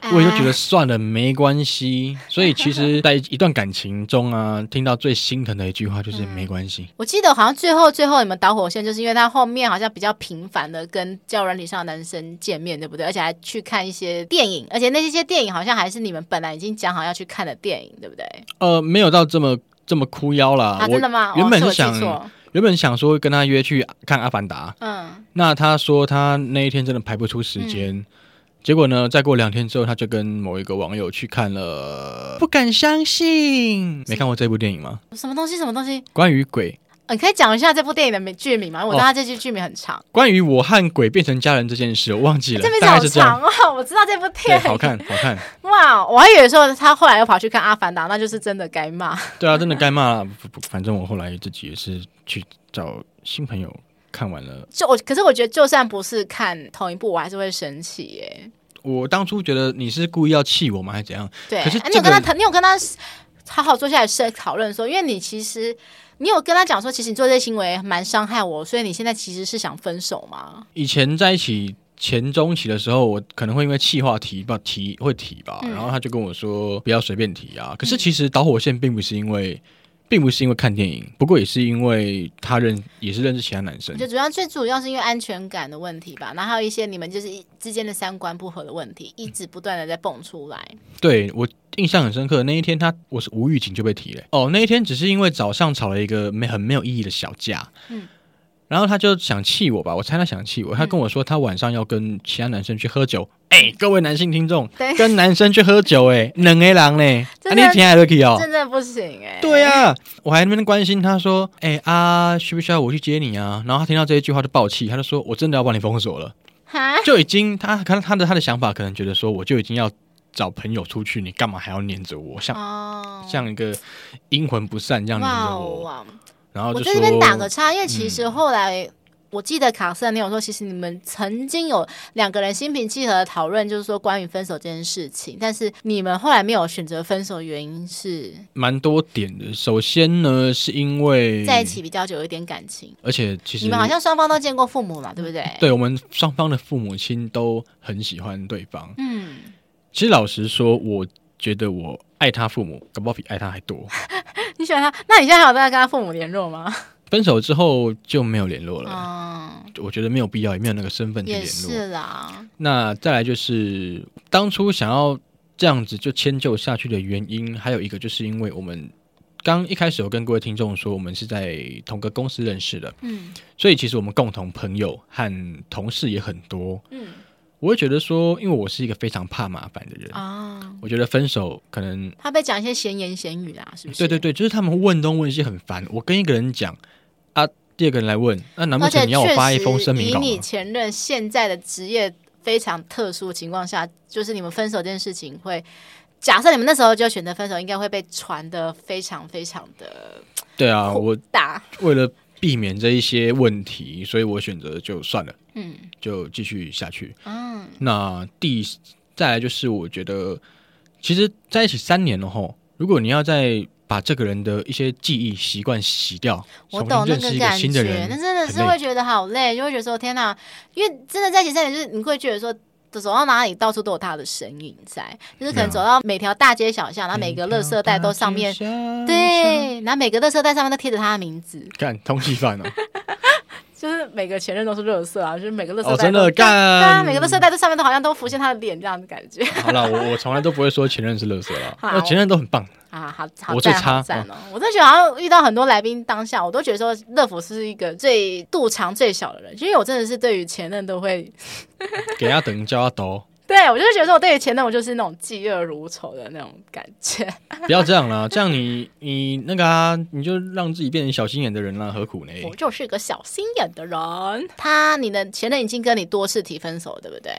Speaker 2: 我也就觉
Speaker 1: 啊
Speaker 2: 得算了，没关系。 所以其实，在一段感情中啊，听到最心疼的一句话就是“没关系
Speaker 1: 我记得好像最后最后你们导火线，就是因为他后面好像比较频繁的跟交友软体上的男生见面，对不对？而且还去看一些电影，而且那些电影好像还是你们本来已经讲好要去看的电影，对不对？”，
Speaker 2: 呃，没有到这么这么哭腰啦。
Speaker 1: 嗯啊，真的吗？
Speaker 2: 我原
Speaker 1: 哦
Speaker 2: 本
Speaker 1: 是我
Speaker 2: 是
Speaker 1: 记
Speaker 2: 想、
Speaker 1: 错，
Speaker 2: 原本想说跟他约去看《阿凡达》，
Speaker 1: 嗯，
Speaker 2: 那他说他那一天真的排不出时间。结果呢？再过两天之后，他就跟某一个网友去看了，不敢相信，没看过这部电影吗？
Speaker 1: 什么东西什么东西？
Speaker 2: 关于鬼，
Speaker 1: 呃你可以讲一下这部电影的名剧名吗？我
Speaker 2: 哦
Speaker 1: 知道它这句剧名很长，
Speaker 2: 关于我和鬼变成家人这件事，我忘记了
Speaker 1: 啊这名，字
Speaker 2: 大
Speaker 1: 好
Speaker 2: 概是这样
Speaker 1: 长。哦，我知道这部
Speaker 2: 对，
Speaker 1: 电影，
Speaker 2: 好看，好看。
Speaker 1: 哇！我还以为说他后来又跑去看《阿凡达》，那就是真的该骂。
Speaker 2: 对啊，真的该骂了。不不反正我后来自己也是去找新朋友看完了。
Speaker 1: 就我，可是我觉得就算不是看同一部，我还是会生气耶。
Speaker 2: 我当初觉得你是故意要气我吗，还是怎样？
Speaker 1: 对，
Speaker 2: 可是
Speaker 1: 啊
Speaker 2: 这
Speaker 1: 你有跟他
Speaker 2: 个
Speaker 1: 谈，你有跟他好好坐下来是讨论说，因为你其实你有跟他讲说，其实你做这些行为蛮伤害我，所以你现在其实是想分手吗？
Speaker 2: 以前在一起前中期的时候，我可能会因为气话题吧，提会提吧，
Speaker 1: 嗯
Speaker 2: 然后他就跟我说不要随便提啊。可是其实导火线并不是因为。并不是因为看电影，不过也是因为他认也是认识其他男
Speaker 1: 我
Speaker 2: 生
Speaker 1: 觉，得主要最主要是因为安全感的问题吧，然后还有一些你们就是一之间的三观不合的问题，一直不断的在蹦出来。
Speaker 2: 对我印象很深刻。那一天他我是无预警就被提了、
Speaker 1: 嗯
Speaker 2: 哦，那一天只是因为早上吵了一个没很没有意义的小架，
Speaker 1: 嗯
Speaker 2: 然后他就想气我吧，我猜他想气我，他跟我说他晚上要跟其他男生去喝酒。哎、各位男性听众
Speaker 1: 对，
Speaker 2: 跟男生去喝酒、 哎，冷 A 狼嘞，啊
Speaker 1: 真
Speaker 2: 你
Speaker 1: 的
Speaker 2: 听还得去哦
Speaker 1: 真。的不行哎、
Speaker 2: 对啊，我还在那边关心他说，哎、啊，需不需要我去接你啊？然后他听到这一句话就爆气，他就说我真的要把你封锁了，
Speaker 1: 哈，
Speaker 2: 就已经他可能他的他的想法可能觉得说我就已经要找朋友出去，你干嘛还要黏着我？像
Speaker 1: 哦，
Speaker 2: 像一个阴魂不散这样黏
Speaker 1: 哇
Speaker 2: 着
Speaker 1: 哦
Speaker 2: 我，
Speaker 1: 哇哦
Speaker 2: 然后
Speaker 1: 我
Speaker 2: 就
Speaker 1: 在
Speaker 2: 说嗯
Speaker 1: 这边打个岔，因为其实后来、我记得卡斯特你有说，其实你们曾经有两个人心平气和的讨论，就是说关于分手这件事情，但是你们后来没有选择分手，原因是
Speaker 2: 蛮多点的。首先呢，是因为
Speaker 1: 在一起比较久，有一点感情。
Speaker 2: 而且其实
Speaker 1: 你们好像双方都见过父母嘛，对不对？，
Speaker 2: 对我们双方的父母亲都很喜欢对方。
Speaker 1: 嗯，
Speaker 2: 其实老实说，我觉得我爱他父母，搞不好比爱他还多。
Speaker 1: 你喜欢他，那你现在还有在跟他父母联络吗？
Speaker 2: 分手之后就没有联络了，
Speaker 1: 嗯，
Speaker 2: 我觉得没有必要，也没有那个身份去
Speaker 1: 也
Speaker 2: 联络。
Speaker 1: 是啦，
Speaker 2: 那再来就是当初想要这样子就迁就下去的原因，还有一个就是因为我们。刚一开始有跟各位听众说，我们是在同个公司认识的，
Speaker 1: 嗯
Speaker 2: 所以其实我们共同朋友和同事也很多。
Speaker 1: 嗯
Speaker 2: 我会觉得说，因为我是一个非常怕麻烦的人，
Speaker 1: 啊，
Speaker 2: 我觉得分手可能，
Speaker 1: 他被讲一些闲言闲语啦，是不是？
Speaker 2: 对对对，就是他们问东问西很烦。我跟一个人讲啊，第二个人来问，那、难不
Speaker 1: 而且
Speaker 2: 成你要我
Speaker 1: 确
Speaker 2: 发一
Speaker 1: 实
Speaker 2: 封声明
Speaker 1: 以
Speaker 2: 稿
Speaker 1: 你
Speaker 2: 吗？
Speaker 1: 前任现在的职业非常特殊的情况下，就是你们分手这件事情会，假设你们那时候就选择分手，应该会被传的非常非常的
Speaker 2: 对啊，我
Speaker 1: 大。
Speaker 2: 为了避免这一些问题，所以我选择就算了，
Speaker 1: 嗯
Speaker 2: 就继续下去。
Speaker 1: 嗯，
Speaker 2: 那第再来就是，我觉得其实在一起三年了吼，如果你要再把这个人的一些记忆习惯洗掉，
Speaker 1: 我
Speaker 2: 重
Speaker 1: 懂
Speaker 2: 新
Speaker 1: 那
Speaker 2: 认识
Speaker 1: 个
Speaker 2: 一个
Speaker 1: 感
Speaker 2: 新的
Speaker 1: 觉，
Speaker 2: 人
Speaker 1: 那，真的
Speaker 2: 很
Speaker 1: 是
Speaker 2: 累
Speaker 1: 会觉得好累，就会觉得说天哪，因为真的在一起三年，就是你会觉得说。走到哪里，到处都有他的身影在，就是可能
Speaker 2: 对啊
Speaker 1: 走到每条大街小巷，然后每个垃圾袋都上面，
Speaker 2: 哎
Speaker 1: 对，然后每个垃圾袋上面都贴着他的名字，
Speaker 2: 干通缉犯啊！
Speaker 1: 就是每个前任都是乐色啊，就是每个乐色
Speaker 2: 哦，真的
Speaker 1: 对啊，每
Speaker 2: 干
Speaker 1: 个。乐色袋都上面都好像都浮现他的脸这样的感 觉
Speaker 2: 好了，我我从来都不会说前任是垃圾了，
Speaker 1: 好
Speaker 2: 那前任都很棒。
Speaker 1: 啊，好好
Speaker 2: 我最
Speaker 1: 赞
Speaker 2: 差
Speaker 1: 好赞哦！我真的觉得好像遇到很多来宾当下，我都觉得说乐福是一个最肚肠最小的人，因为我真的是对于前任都会，
Speaker 2: 给他等叫他抖，
Speaker 1: 对我就是觉得说我对于前任我就是那种嫉恶如仇的那种感觉。
Speaker 2: 不要这样啦，这样你你那个啊，你就让自己变成小心眼的人啦，何苦呢？
Speaker 1: 我就是个小心眼的人。他，你的前任已经跟你多次提分手了，对不对？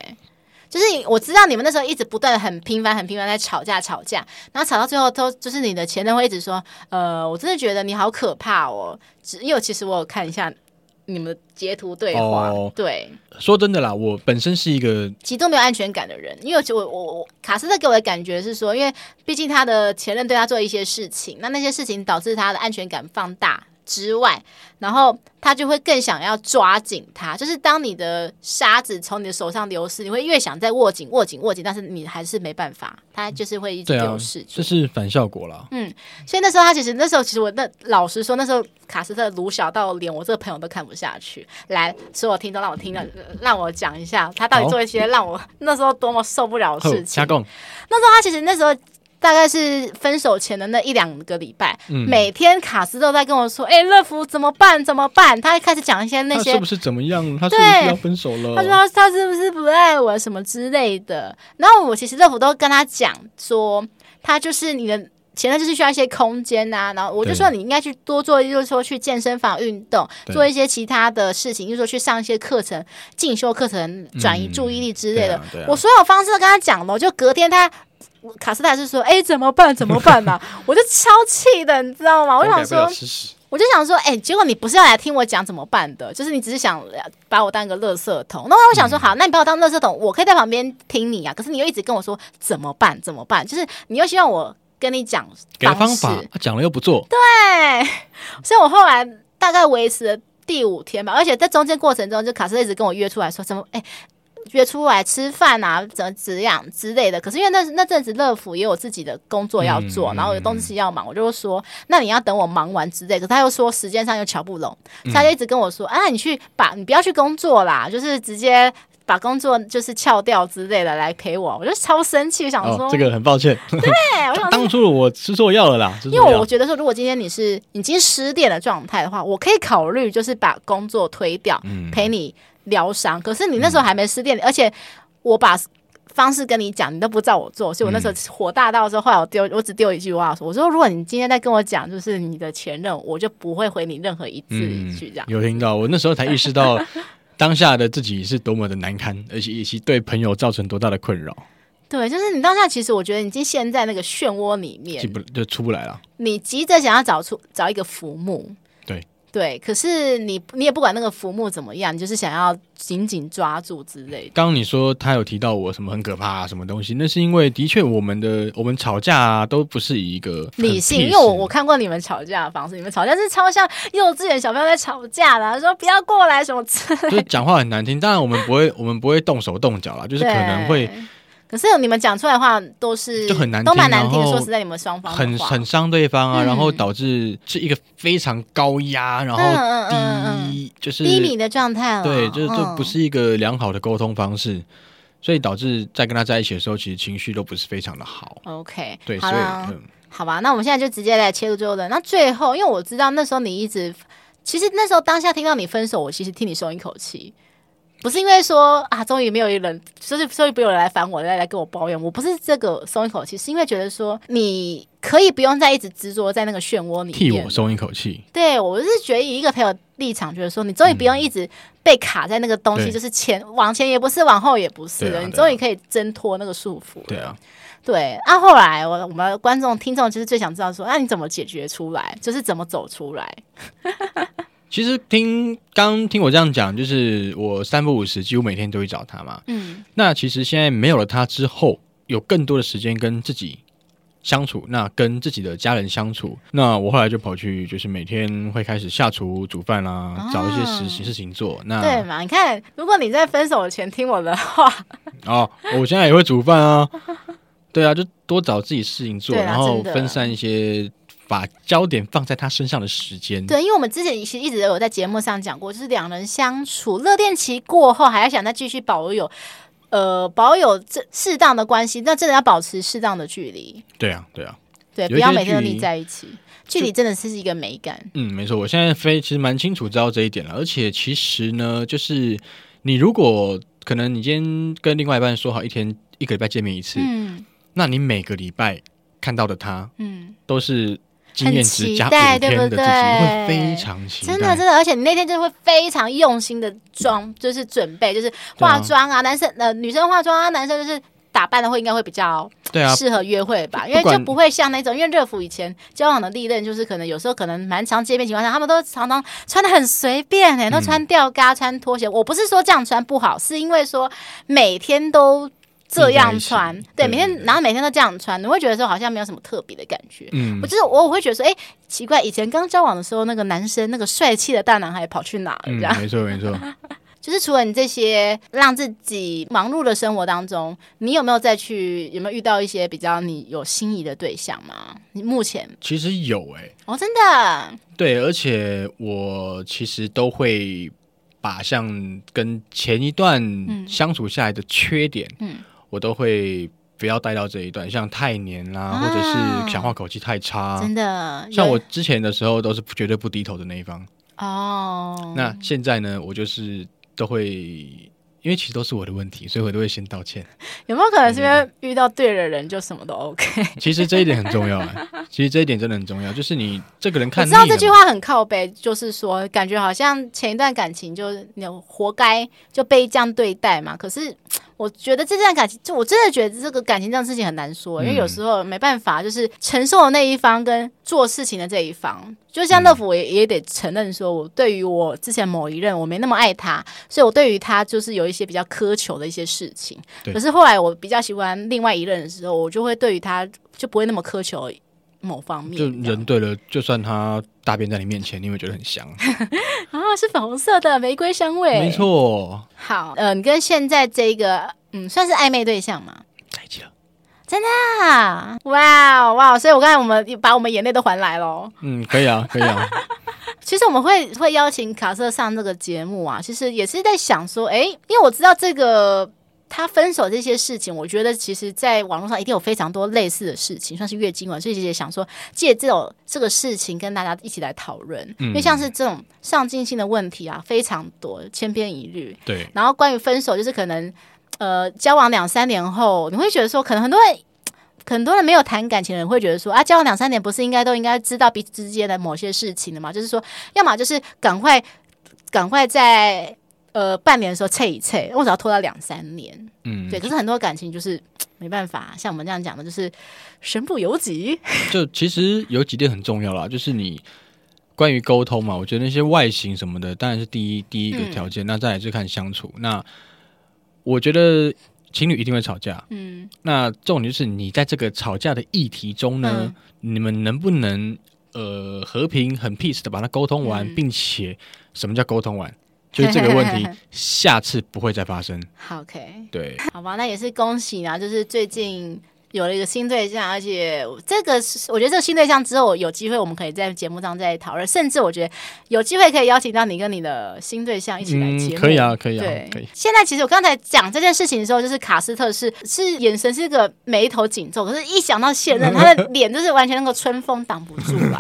Speaker 1: 就是我知道你们那时候一直不断的很频繁、很频繁地在吵架、吵架，然后吵到最后都就是你的前任会一直说，呃，我真的觉得你好可怕哦。只因为其实我有看一下你们的截图对话，
Speaker 2: 哦
Speaker 1: 对，
Speaker 2: 说真的啦，我本身是一个
Speaker 1: 极度没有安全感的人，因为我我我卡斯特给我的感觉是说，因为毕竟他的前任对他做一些事情，那那些事情导致他的安全感放大，之外，然后他就会更想要抓紧它。就是当你的沙子从你的手上流失，你会越想再握紧、握紧、握紧，但是你还是没办法，它就是会一直
Speaker 2: 对啊
Speaker 1: 流失，住。
Speaker 2: 这是反效果啦。
Speaker 1: 嗯所以那时候他其实那时候其实我那老实说，那时候卡斯特鲁小到连我这个朋友都看不下去。来，所有听众让我听了，呃让我讲一下他到底
Speaker 2: 好
Speaker 1: 做一些让我那时候多么受不了的
Speaker 2: 后
Speaker 1: 事情
Speaker 2: 加。工，
Speaker 1: 那时候他其实那时候。大概是分手前的那一两个礼拜，
Speaker 2: 嗯
Speaker 1: 每天卡斯都在跟我说：“哎、乐福怎么办？怎么办？”他开始讲一些那
Speaker 2: 他
Speaker 1: 些
Speaker 2: 是不是怎么样？他是不
Speaker 1: 对
Speaker 2: 是要分手
Speaker 1: 他说
Speaker 2: 了？
Speaker 1: 他他是不是不爱我什么之类的。然后我其实乐福都跟他讲说，他就是你的。前任就是需要一些空间呐、然后我就
Speaker 2: 对
Speaker 1: 说你应该去多做，就是说去健身房运动，
Speaker 2: 对
Speaker 1: 做一些其他的事情，就是说去上一些课程、进修课程，转移注意力之类的。
Speaker 2: 嗯对啊对啊
Speaker 1: 我所有方式都跟他讲了，我就隔天他我卡斯达是说：“哎、怎么办？怎么 办嘛、我就超气的，你知道吗？我就
Speaker 2: 改
Speaker 1: 想
Speaker 2: 不了
Speaker 1: 说，
Speaker 2: 事实
Speaker 1: 我就想说，哎、结果你不是要来听我讲怎么办的，就是你只是想把我当一个垃圾桶。那我想说，
Speaker 2: 嗯
Speaker 1: 好，那你把我当垃圾桶，我可以在旁边听你啊。可是你又一直跟我说怎么办，怎么办？就是你又希望我跟你讲
Speaker 2: 给了方
Speaker 1: 式
Speaker 2: 法，他讲了又不做，
Speaker 1: 对， 所以我后来大概维持了第五天吧，而且在中间过程中，就卡斯特一直跟我约出来说怎么哎。约出来吃饭啊，怎么怎样之类的。可是因为那那阵子乐福也有自己的工作要做，
Speaker 2: 嗯
Speaker 1: 然后有东西要忙，我就说那你要等我忙完之类的。可是他又说时间上又瞧不拢，所
Speaker 2: 嗯
Speaker 1: 以他就一直跟我说、啊，你去把你不要去工作啦，就是直接把工作就是翘掉之类的来陪我。我就超生气，想说、
Speaker 2: 哦，这个很抱歉，
Speaker 1: 对，我想说
Speaker 2: 当初我吃错药了啦，吃
Speaker 1: 因
Speaker 2: 错
Speaker 1: 为我
Speaker 2: 药。
Speaker 1: 觉得说，如果今天你是已经失恋的状态的话，我可以考虑就是把工作推掉，
Speaker 2: 嗯
Speaker 1: 陪你疗伤。可是你那时候还没失恋，而且我把方式跟你讲，你都不照我做，所以我那时候火大到的时候，后来我丢，我只丢一句话说，我说如果你今天再跟我讲就是你的前任，我就不会回你任何一字一句这样。
Speaker 2: 嗯有听到，我那时候才意识到 当下的自己是多么的难堪，而且以及对朋友造成多大的困扰，
Speaker 1: 对，就是你当下其实我觉得你已经陷在那个漩涡里面
Speaker 2: 进，不就出不来了。
Speaker 1: 你急着想要找出找一个浮木，
Speaker 2: 对
Speaker 1: 对，可是你你也不管那个浮木怎么样，你就是想要紧紧抓住之类的。
Speaker 2: 刚刚你说他有提到我什么很可怕、啊、什么东西，那是因为的确我们的我们吵架啊都不是以一个很
Speaker 1: 理性，
Speaker 2: peace
Speaker 1: 因为我我看过你们吵架的方式，你们吵架是超像幼稚园小朋友在吵架啦，说不要过来什么之类的，
Speaker 2: 就是讲话很难听，当然我们不会我们不会动手 动脚啦，就是可能会
Speaker 1: 对。可是你们讲出来的话都是
Speaker 2: 就很难
Speaker 1: 都蛮
Speaker 2: 听
Speaker 1: 难听的。
Speaker 2: 然后
Speaker 1: 说实在，你们双方的
Speaker 2: 很
Speaker 1: 话
Speaker 2: 很伤对方啊，
Speaker 1: 嗯
Speaker 2: 然后导致是一个非常高压，然后
Speaker 1: 嗯嗯嗯嗯
Speaker 2: 低就是
Speaker 1: 低迷的状态了。
Speaker 2: 对，就是这
Speaker 1: 嗯
Speaker 2: 不是一个良好的沟通方式，所以导致在跟他在一起的时候，其实情绪都不是非常的好。
Speaker 1: OK。
Speaker 2: 对，
Speaker 1: 好
Speaker 2: 所以
Speaker 1: 啦
Speaker 2: 嗯，
Speaker 1: 好吧，那我们现在就直接来切入最后的。那最后，因为我知道那时候你一直，其实那时候当下听到你分手，我其实替你松一口气，不是因为说啊，终于没有人，就是终于不有人来烦我，来来跟我抱怨，我不是这个松一口气，是因为觉得说你可以不用再一直执着在那个漩涡里面。
Speaker 2: 替我松一口气。
Speaker 1: 对我是觉得以一个朋友立场，觉得说你终于不用一直被卡在那个东西，
Speaker 2: 嗯对
Speaker 1: 就是前往前也不是，往后也不是
Speaker 2: 对
Speaker 1: 了，
Speaker 2: 啊
Speaker 1: 你
Speaker 2: 对啊
Speaker 1: 终于可以挣脱那个束缚了。
Speaker 2: 对啊，
Speaker 1: 对，啊，后来我我们观众听众就是最想知道说，啊那、你怎么解决出来？就是怎么走出来？
Speaker 2: 其实听刚听我这样讲，就是我三不五时，几乎每天都会找他嘛。
Speaker 1: 嗯，
Speaker 2: 那其实现在没有了他之后，有更多的时间跟自己相处，那跟自己的家人相处。那我后来就跑去，就是每天会开始下厨煮饭啦、
Speaker 1: 啊
Speaker 2: 找一些事事情做。那
Speaker 1: 对嘛？你看，如果你在分手前听我的话，
Speaker 2: 哦，我现在也会煮饭啊。 对啊，就多找自己事情做，
Speaker 1: 对啊
Speaker 2: 然后
Speaker 1: 真的
Speaker 2: 分散一些把焦点放在他身上的时间。
Speaker 1: 对，因为我们之前其实一直有在节目上讲过，就是两人相处热恋期过后，还要想再继续保有。呃，保有这适当的关系，那真的要保持适当的距离，
Speaker 2: 对啊，对啊，
Speaker 1: 对，
Speaker 2: 有
Speaker 1: 不
Speaker 2: 一
Speaker 1: 要
Speaker 2: 些
Speaker 1: 每天都
Speaker 2: 距离
Speaker 1: 腻在一起。距离真的是一个美感，
Speaker 2: 嗯，没错，我现在非其实蛮清楚知道这一点了。而且其实呢，就是你如果可能，你今天跟另外一半说好一天一个礼拜见面一次，
Speaker 1: 嗯
Speaker 2: 那你每个礼拜看到的他
Speaker 1: 嗯，
Speaker 2: 都是经验值加
Speaker 1: 很期待
Speaker 2: 五天的
Speaker 1: 对不
Speaker 2: 自己，
Speaker 1: 对
Speaker 2: 会非常期待。
Speaker 1: 真的真的，而且你那天就是会非常用心的装，就是准备，就是化妆啊，男生呃女生化妆啊，男生就是打扮的会应该会比较
Speaker 2: 对啊，
Speaker 1: 适合约会吧，因为
Speaker 2: 不管
Speaker 1: 就不会像那种，因为热芙以前交往的历任就是可能有时候可能蛮常见面情况下，他们都常常穿的很随便
Speaker 2: 嗯
Speaker 1: 哎、都穿吊嘎、穿拖鞋。我不是说这样穿不好，是因为说每天都。这样
Speaker 2: 一起
Speaker 1: 穿，对，
Speaker 2: 对
Speaker 1: 每天然后每天都这样穿，你会觉得说好像没有什么特别的感觉。
Speaker 2: 嗯
Speaker 1: 我，就是我，我会觉得说，哎、奇怪，以前刚交往的时候，那个男生那个帅气的大男孩跑去哪了？这
Speaker 2: 嗯
Speaker 1: 样，
Speaker 2: 没错没错，
Speaker 1: 就是除了你这些让自己忙碌的生活当中，你有没有再去有没有遇到一些比较你有心仪的对象吗？你目前
Speaker 2: 其实有哎、
Speaker 1: 哦，真的
Speaker 2: 对，而且我其实都会把像跟前一段相处下来的缺点，
Speaker 1: 嗯
Speaker 2: 我都会不要带到这一段，像太黏啦、
Speaker 1: 啊
Speaker 2: 或者是讲话口气太差、
Speaker 1: 真的
Speaker 2: 像
Speaker 1: 有
Speaker 2: 我之前的时候都是绝对不低头的那一方，
Speaker 1: 哦，
Speaker 2: 那现在呢，我就是都会。因为其实都是我的问题，所以我都会先道歉。
Speaker 1: 有没有可能是因
Speaker 2: 嗯
Speaker 1: 为遇到对的人就什么都 OK？
Speaker 2: 其实这一点很重要、啊，其实这一点真的很重要，就是你这个人
Speaker 1: 我
Speaker 2: 看腻
Speaker 1: 知
Speaker 2: 了
Speaker 1: 道
Speaker 2: 嘛，
Speaker 1: 这句话很靠背，就是说感觉好像前一段感情就是你活该就被这样对待嘛。可是我觉得这段感情，就我真的觉得这个感情这种事情很难说，因为
Speaker 2: 嗯
Speaker 1: 有时候没办法，就是承受的那一方跟做事情的这一方，就像乐福我也也得承认说，我对于我之前某一任我没那么爱他，所以我对于他就是有一些比较苛求的一些事情。
Speaker 2: 对
Speaker 1: 可是后来我比较喜欢另外一任的时候，我就会对于他就不会那么苛求某方面这
Speaker 2: 就
Speaker 1: 样。
Speaker 2: 人对了，就算他大便在你面前，你会觉得很香。
Speaker 1: 啊，是粉红色的玫瑰香味，
Speaker 2: 没。错，
Speaker 1: 好，嗯、你跟现在这个，嗯，算是暧昧对象嘛？
Speaker 2: 在一起了。
Speaker 1: 啊，哇哦哇哦！所以我刚才我们把我们眼泪都还来喽。
Speaker 2: 嗯，可以啊，可以啊。
Speaker 1: 其实我们会会邀请卡瑟上这个节目啊，其实也是在想说，诶，因为我知道这个他分手这些事情，我觉得其实在网络上一定有非常多类似的事情，算是月经文，所以其实也想说借这种这个事情跟大家一起来讨论，
Speaker 2: 嗯
Speaker 1: 因为像是这种上进心的问题啊，非常多，千篇一律。
Speaker 2: 对，
Speaker 1: 然后关于分手，就是可能呃交往两三年后，你会觉得说，可能很多人。很多人没有谈感情的人会觉得说啊，交往两三年不是应该都应该知道彼此之间的某些事情的吗？就是说，要么就是赶快赶快在呃半年的时候测一测，为什么要拖到两三年？
Speaker 2: 嗯，
Speaker 1: 对，可是很多感情就是没办法，像我们这样讲的，就是身不由己。
Speaker 2: 就其实有几点很重要啦，就是你关于沟通嘛，我觉得那些外形什么的当然是第一第一个条
Speaker 1: 嗯
Speaker 2: 件，那再来是看相处。那我觉得情侣一定会吵架，
Speaker 1: 嗯，
Speaker 2: 那重点就是你在这个吵架的议题中
Speaker 1: 嗯
Speaker 2: 呢，你们能不能呃和平很 peace 的把它沟通完，
Speaker 1: 嗯
Speaker 2: 并且什么叫沟通完？就是这个问 题，下次不会再发生。
Speaker 1: 好，OK。
Speaker 2: 对，
Speaker 1: 好吧，那也是恭喜啊！就是最近有了一个新对象，而且这个是我觉得这个新对象之后有机会，我们可以在节目上再讨论，甚至我觉得有机会可以邀请到你跟你的新对象一起来节目。
Speaker 2: 可以啊，可以啊
Speaker 1: 对，
Speaker 2: 可以，。
Speaker 1: 现在其实我刚才讲这件事情的时候，就是卡斯特是是眼神是个眉头紧皱，可是一想到现 任，他的脸就是完全那个春风挡不住了。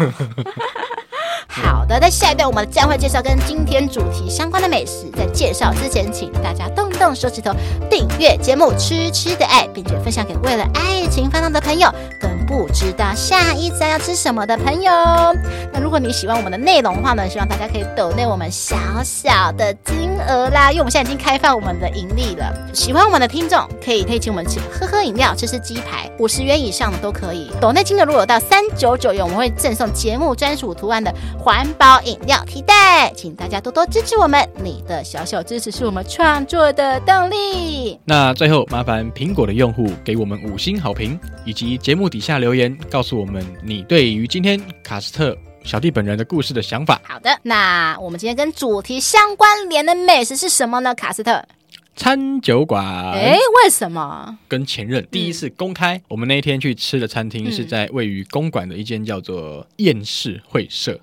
Speaker 1: 好的，在下一段我们将会介绍跟今天主题相关的美食。在介绍之前，请大家动动手指头订阅节目《吃吃的爱》，并且分享给为了爱情烦恼的朋友，跟不知道下一餐要吃什么的朋友。那如果你喜欢我们的内容的话呢，希望大家可以抖内我们小小的金额啦，因为我们现在已经开放我们的盈利了。喜欢我们的听众可以可以请我们吃喝喝饮料、吃吃鸡排，五十元以上的都可以。抖内金额如果有到三九九元，我们会赠送节目专属图案的环保饮料提袋，请大家多多支持我们，你的小小支持是我们创作的动力。
Speaker 2: 那最后，麻烦苹果的用户给我们五星好评，以及节目底下留言，告诉我们你对于今天卡斯特小弟本人的故事的想法。
Speaker 1: 好的，那我们今天跟主题相关联的美食是什么呢？卡斯特，
Speaker 2: 餐酒馆
Speaker 1: 诶，为什么？
Speaker 2: 跟前任第一次公开，我们那一天去吃的餐厅
Speaker 1: 嗯
Speaker 2: 是在位于公馆的一间叫做厌世会社，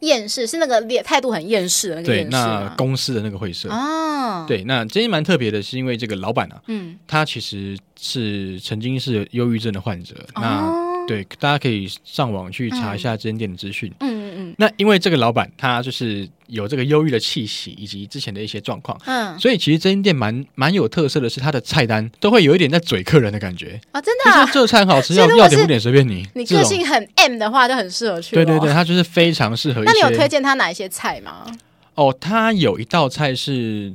Speaker 1: 厌世是那个脸态度很厌世的那个
Speaker 2: 对，
Speaker 1: 厌世
Speaker 2: 那
Speaker 1: 吗？
Speaker 2: 公司的那个会社。
Speaker 1: 啊哦，，
Speaker 2: 对，那今天蛮特别的，是因为这个老板啊，
Speaker 1: 嗯，
Speaker 2: 他其实是曾经是忧郁症的患者。那
Speaker 1: 哦，
Speaker 2: 对，大家可以上网去查一下这间店的资讯。
Speaker 1: 嗯嗯
Speaker 2: 那因为这个老板他就是有这个忧郁的气息，以及之前的一些状况，
Speaker 1: 嗯，嗯，
Speaker 2: 所以其实这间店蛮蛮有特色的是，它的菜单都会有一点在嘴客人的感觉，
Speaker 1: 啊，真的
Speaker 2: 就
Speaker 1: 啊
Speaker 2: 是，这菜很好吃，
Speaker 1: 所以
Speaker 2: 要
Speaker 1: 如果
Speaker 2: 要点
Speaker 1: 是
Speaker 2: 不点随便你。
Speaker 1: 你
Speaker 2: 这
Speaker 1: 个啊
Speaker 2: 种
Speaker 1: 性很 M 的话，就很适合去。哦
Speaker 2: 对对对，，它就是非常适合一
Speaker 1: 那
Speaker 2: 些。
Speaker 1: 你有推荐他哪一些菜吗？
Speaker 2: 哦，它有一道菜是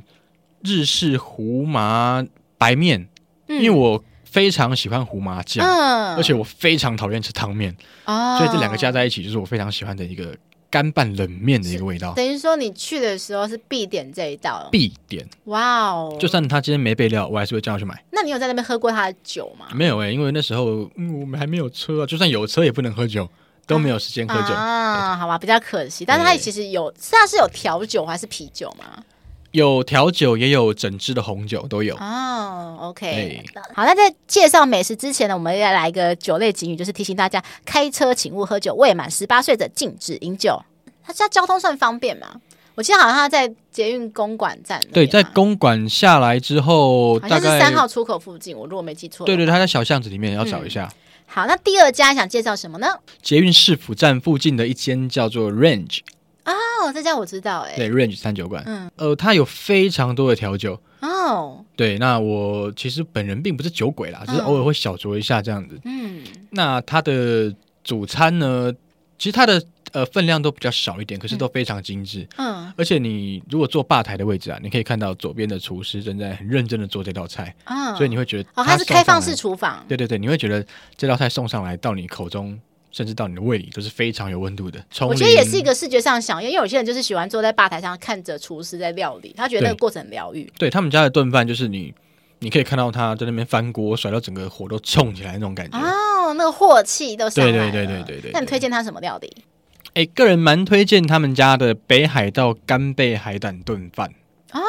Speaker 2: 日式胡麻白面，因为我非常喜欢胡麻酱，
Speaker 1: 嗯
Speaker 2: 而且我非常讨厌吃汤面，
Speaker 1: 哦，
Speaker 2: 所以这两个加在一起就是我非常喜欢的一个干拌冷面的一个味道，
Speaker 1: 等于说你去的时候是必点这一道，
Speaker 2: 必点。
Speaker 1: 哇哦！
Speaker 2: 就算他今天没备料，我还是会叫他去买。
Speaker 1: 那你有在那边喝过他的酒吗？
Speaker 2: 没有哎、因为那时候、嗯、我们还没有车啊，就算有车也不能喝酒，都没有时间喝酒。
Speaker 1: 啊，好吧，比较可惜。但是它
Speaker 2: 对
Speaker 1: 其实有，是它是有调酒还是啤酒吗？
Speaker 2: 有调酒，也有整支的红酒，都有。
Speaker 1: 哦，OK，
Speaker 2: 对
Speaker 1: 好，那在介绍美食之前呢，我们要来一个酒类警语，就是提醒大家开车请勿喝酒，未满十八岁者禁止饮酒。它它交通算方便吗？我记得好像它在捷运公馆站那
Speaker 2: 对，
Speaker 1: 边
Speaker 2: 在
Speaker 1: 嘛
Speaker 2: 公馆下来之后，
Speaker 1: 啊好
Speaker 2: 大
Speaker 1: 像是
Speaker 2: 概
Speaker 1: 三号出口附近，我如果没记错。
Speaker 2: 对对，。他在小巷子里面要找一下。
Speaker 1: 好，那第二家想介绍什么呢？
Speaker 2: 捷运市府站附近的一间叫做 Range，
Speaker 1: 哦，这家我知道、哎，
Speaker 2: 对 Range 餐酒馆，
Speaker 1: 嗯，
Speaker 2: 呃，它有非常多的调酒。
Speaker 1: 哦，
Speaker 2: 对，那我其实本人并不是酒鬼啦，只是
Speaker 1: 嗯
Speaker 2: 偶尔会小酌一下这样子。
Speaker 1: 嗯，
Speaker 2: 那它的主餐呢，其实它的呃分量都比较少一点，可是都非常精致。
Speaker 1: 嗯，
Speaker 2: 而且你如果坐吧台的位置啊，你可以看到左边的厨师正在很认真的做这道菜，
Speaker 1: 嗯，
Speaker 2: 所以你会觉得
Speaker 1: 哦，它是
Speaker 2: 送
Speaker 1: 开放
Speaker 2: 上来
Speaker 1: 式厨房，
Speaker 2: 对对对，你会觉得这道菜送上来到你口中，甚至到你的胃里都是非常有温度的。从
Speaker 1: 我觉得也是一
Speaker 2: 零
Speaker 1: 个视觉上享用，因为有些人就是喜欢坐在吧台上看着厨师在料理，他觉得那个
Speaker 2: 对
Speaker 1: 过程很疗愈。
Speaker 2: 对他们家的炖饭，就是你你可以看到他在那边翻锅，甩到整个火都冲起来那种感觉。哎、
Speaker 1: 哦，那个镬气都上来了。
Speaker 2: 对对对对对对
Speaker 1: 那你推荐他什么料理？
Speaker 2: 个人蛮推荐他们家的北海道干贝海胆炖饭，
Speaker 1: 哦，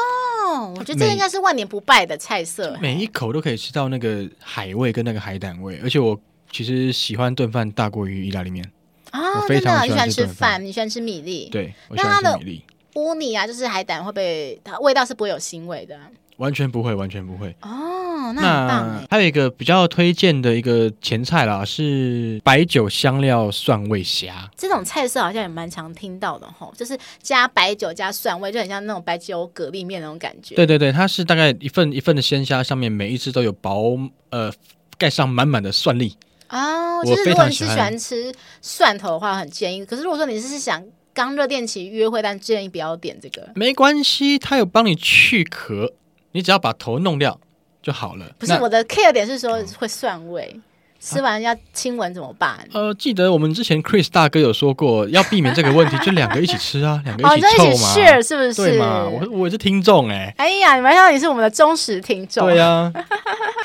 Speaker 1: 我觉得这
Speaker 2: 每
Speaker 1: 应该是万年不败的菜色。
Speaker 2: 每一口都可以吃到那个海味跟那个海胆味，而且我其实喜欢炖饭大过于意大利面。
Speaker 1: 啊，
Speaker 2: 我非
Speaker 1: 真的
Speaker 2: 常
Speaker 1: 啊，你
Speaker 2: 喜
Speaker 1: 喜欢
Speaker 2: 欢
Speaker 1: 吃
Speaker 2: 吃
Speaker 1: 饭，你喜欢吃米粒，
Speaker 2: 对，我
Speaker 1: 嗯那
Speaker 2: 喜欢
Speaker 1: 它
Speaker 2: 吃
Speaker 1: 的
Speaker 2: 米粒，
Speaker 1: 乌泥啊，就是海胆会被它味道是不会有腥味的。
Speaker 2: 完全不会，完全不会。
Speaker 1: 哦，那很棒
Speaker 2: 那
Speaker 1: 哎。
Speaker 2: 还有一个比较推荐的一个前菜啦，是白酒香料蒜味虾。
Speaker 1: 这种菜色好像也蛮常听到的吼，就是加白酒加蒜味，就很像那种白酒蛤蜊面那种感觉。
Speaker 2: 对对对，它是大概一份一份的鲜虾，上面每一只都有薄呃盖上满满的蒜粒。
Speaker 1: 哦，
Speaker 2: 我
Speaker 1: 就是如
Speaker 2: 非
Speaker 1: 果
Speaker 2: 常
Speaker 1: 你是
Speaker 2: 喜
Speaker 1: 喜
Speaker 2: 欢
Speaker 1: 欢吃蒜头的话，很建议。可是如果说你是想刚热恋期约会，但建议不要点这个。
Speaker 2: 没关系，它有帮你去壳，你只要把头弄掉就好了。
Speaker 1: 不是
Speaker 2: 那哦
Speaker 1: 我的 care 点是说会蒜味，吃完要亲吻怎么办？
Speaker 2: 呃，记得我们之前 Chris 大哥有说过，要避免这个问题，就两个一起吃啊，两个
Speaker 1: 哦，
Speaker 2: 一
Speaker 1: 你
Speaker 2: 起
Speaker 1: 就一起
Speaker 2: 凑嘛，
Speaker 1: share 是不是？
Speaker 2: 对嘛？我我是听众哎、
Speaker 1: 哎呀，没想到你是我们的忠实听众。
Speaker 2: 对、啊，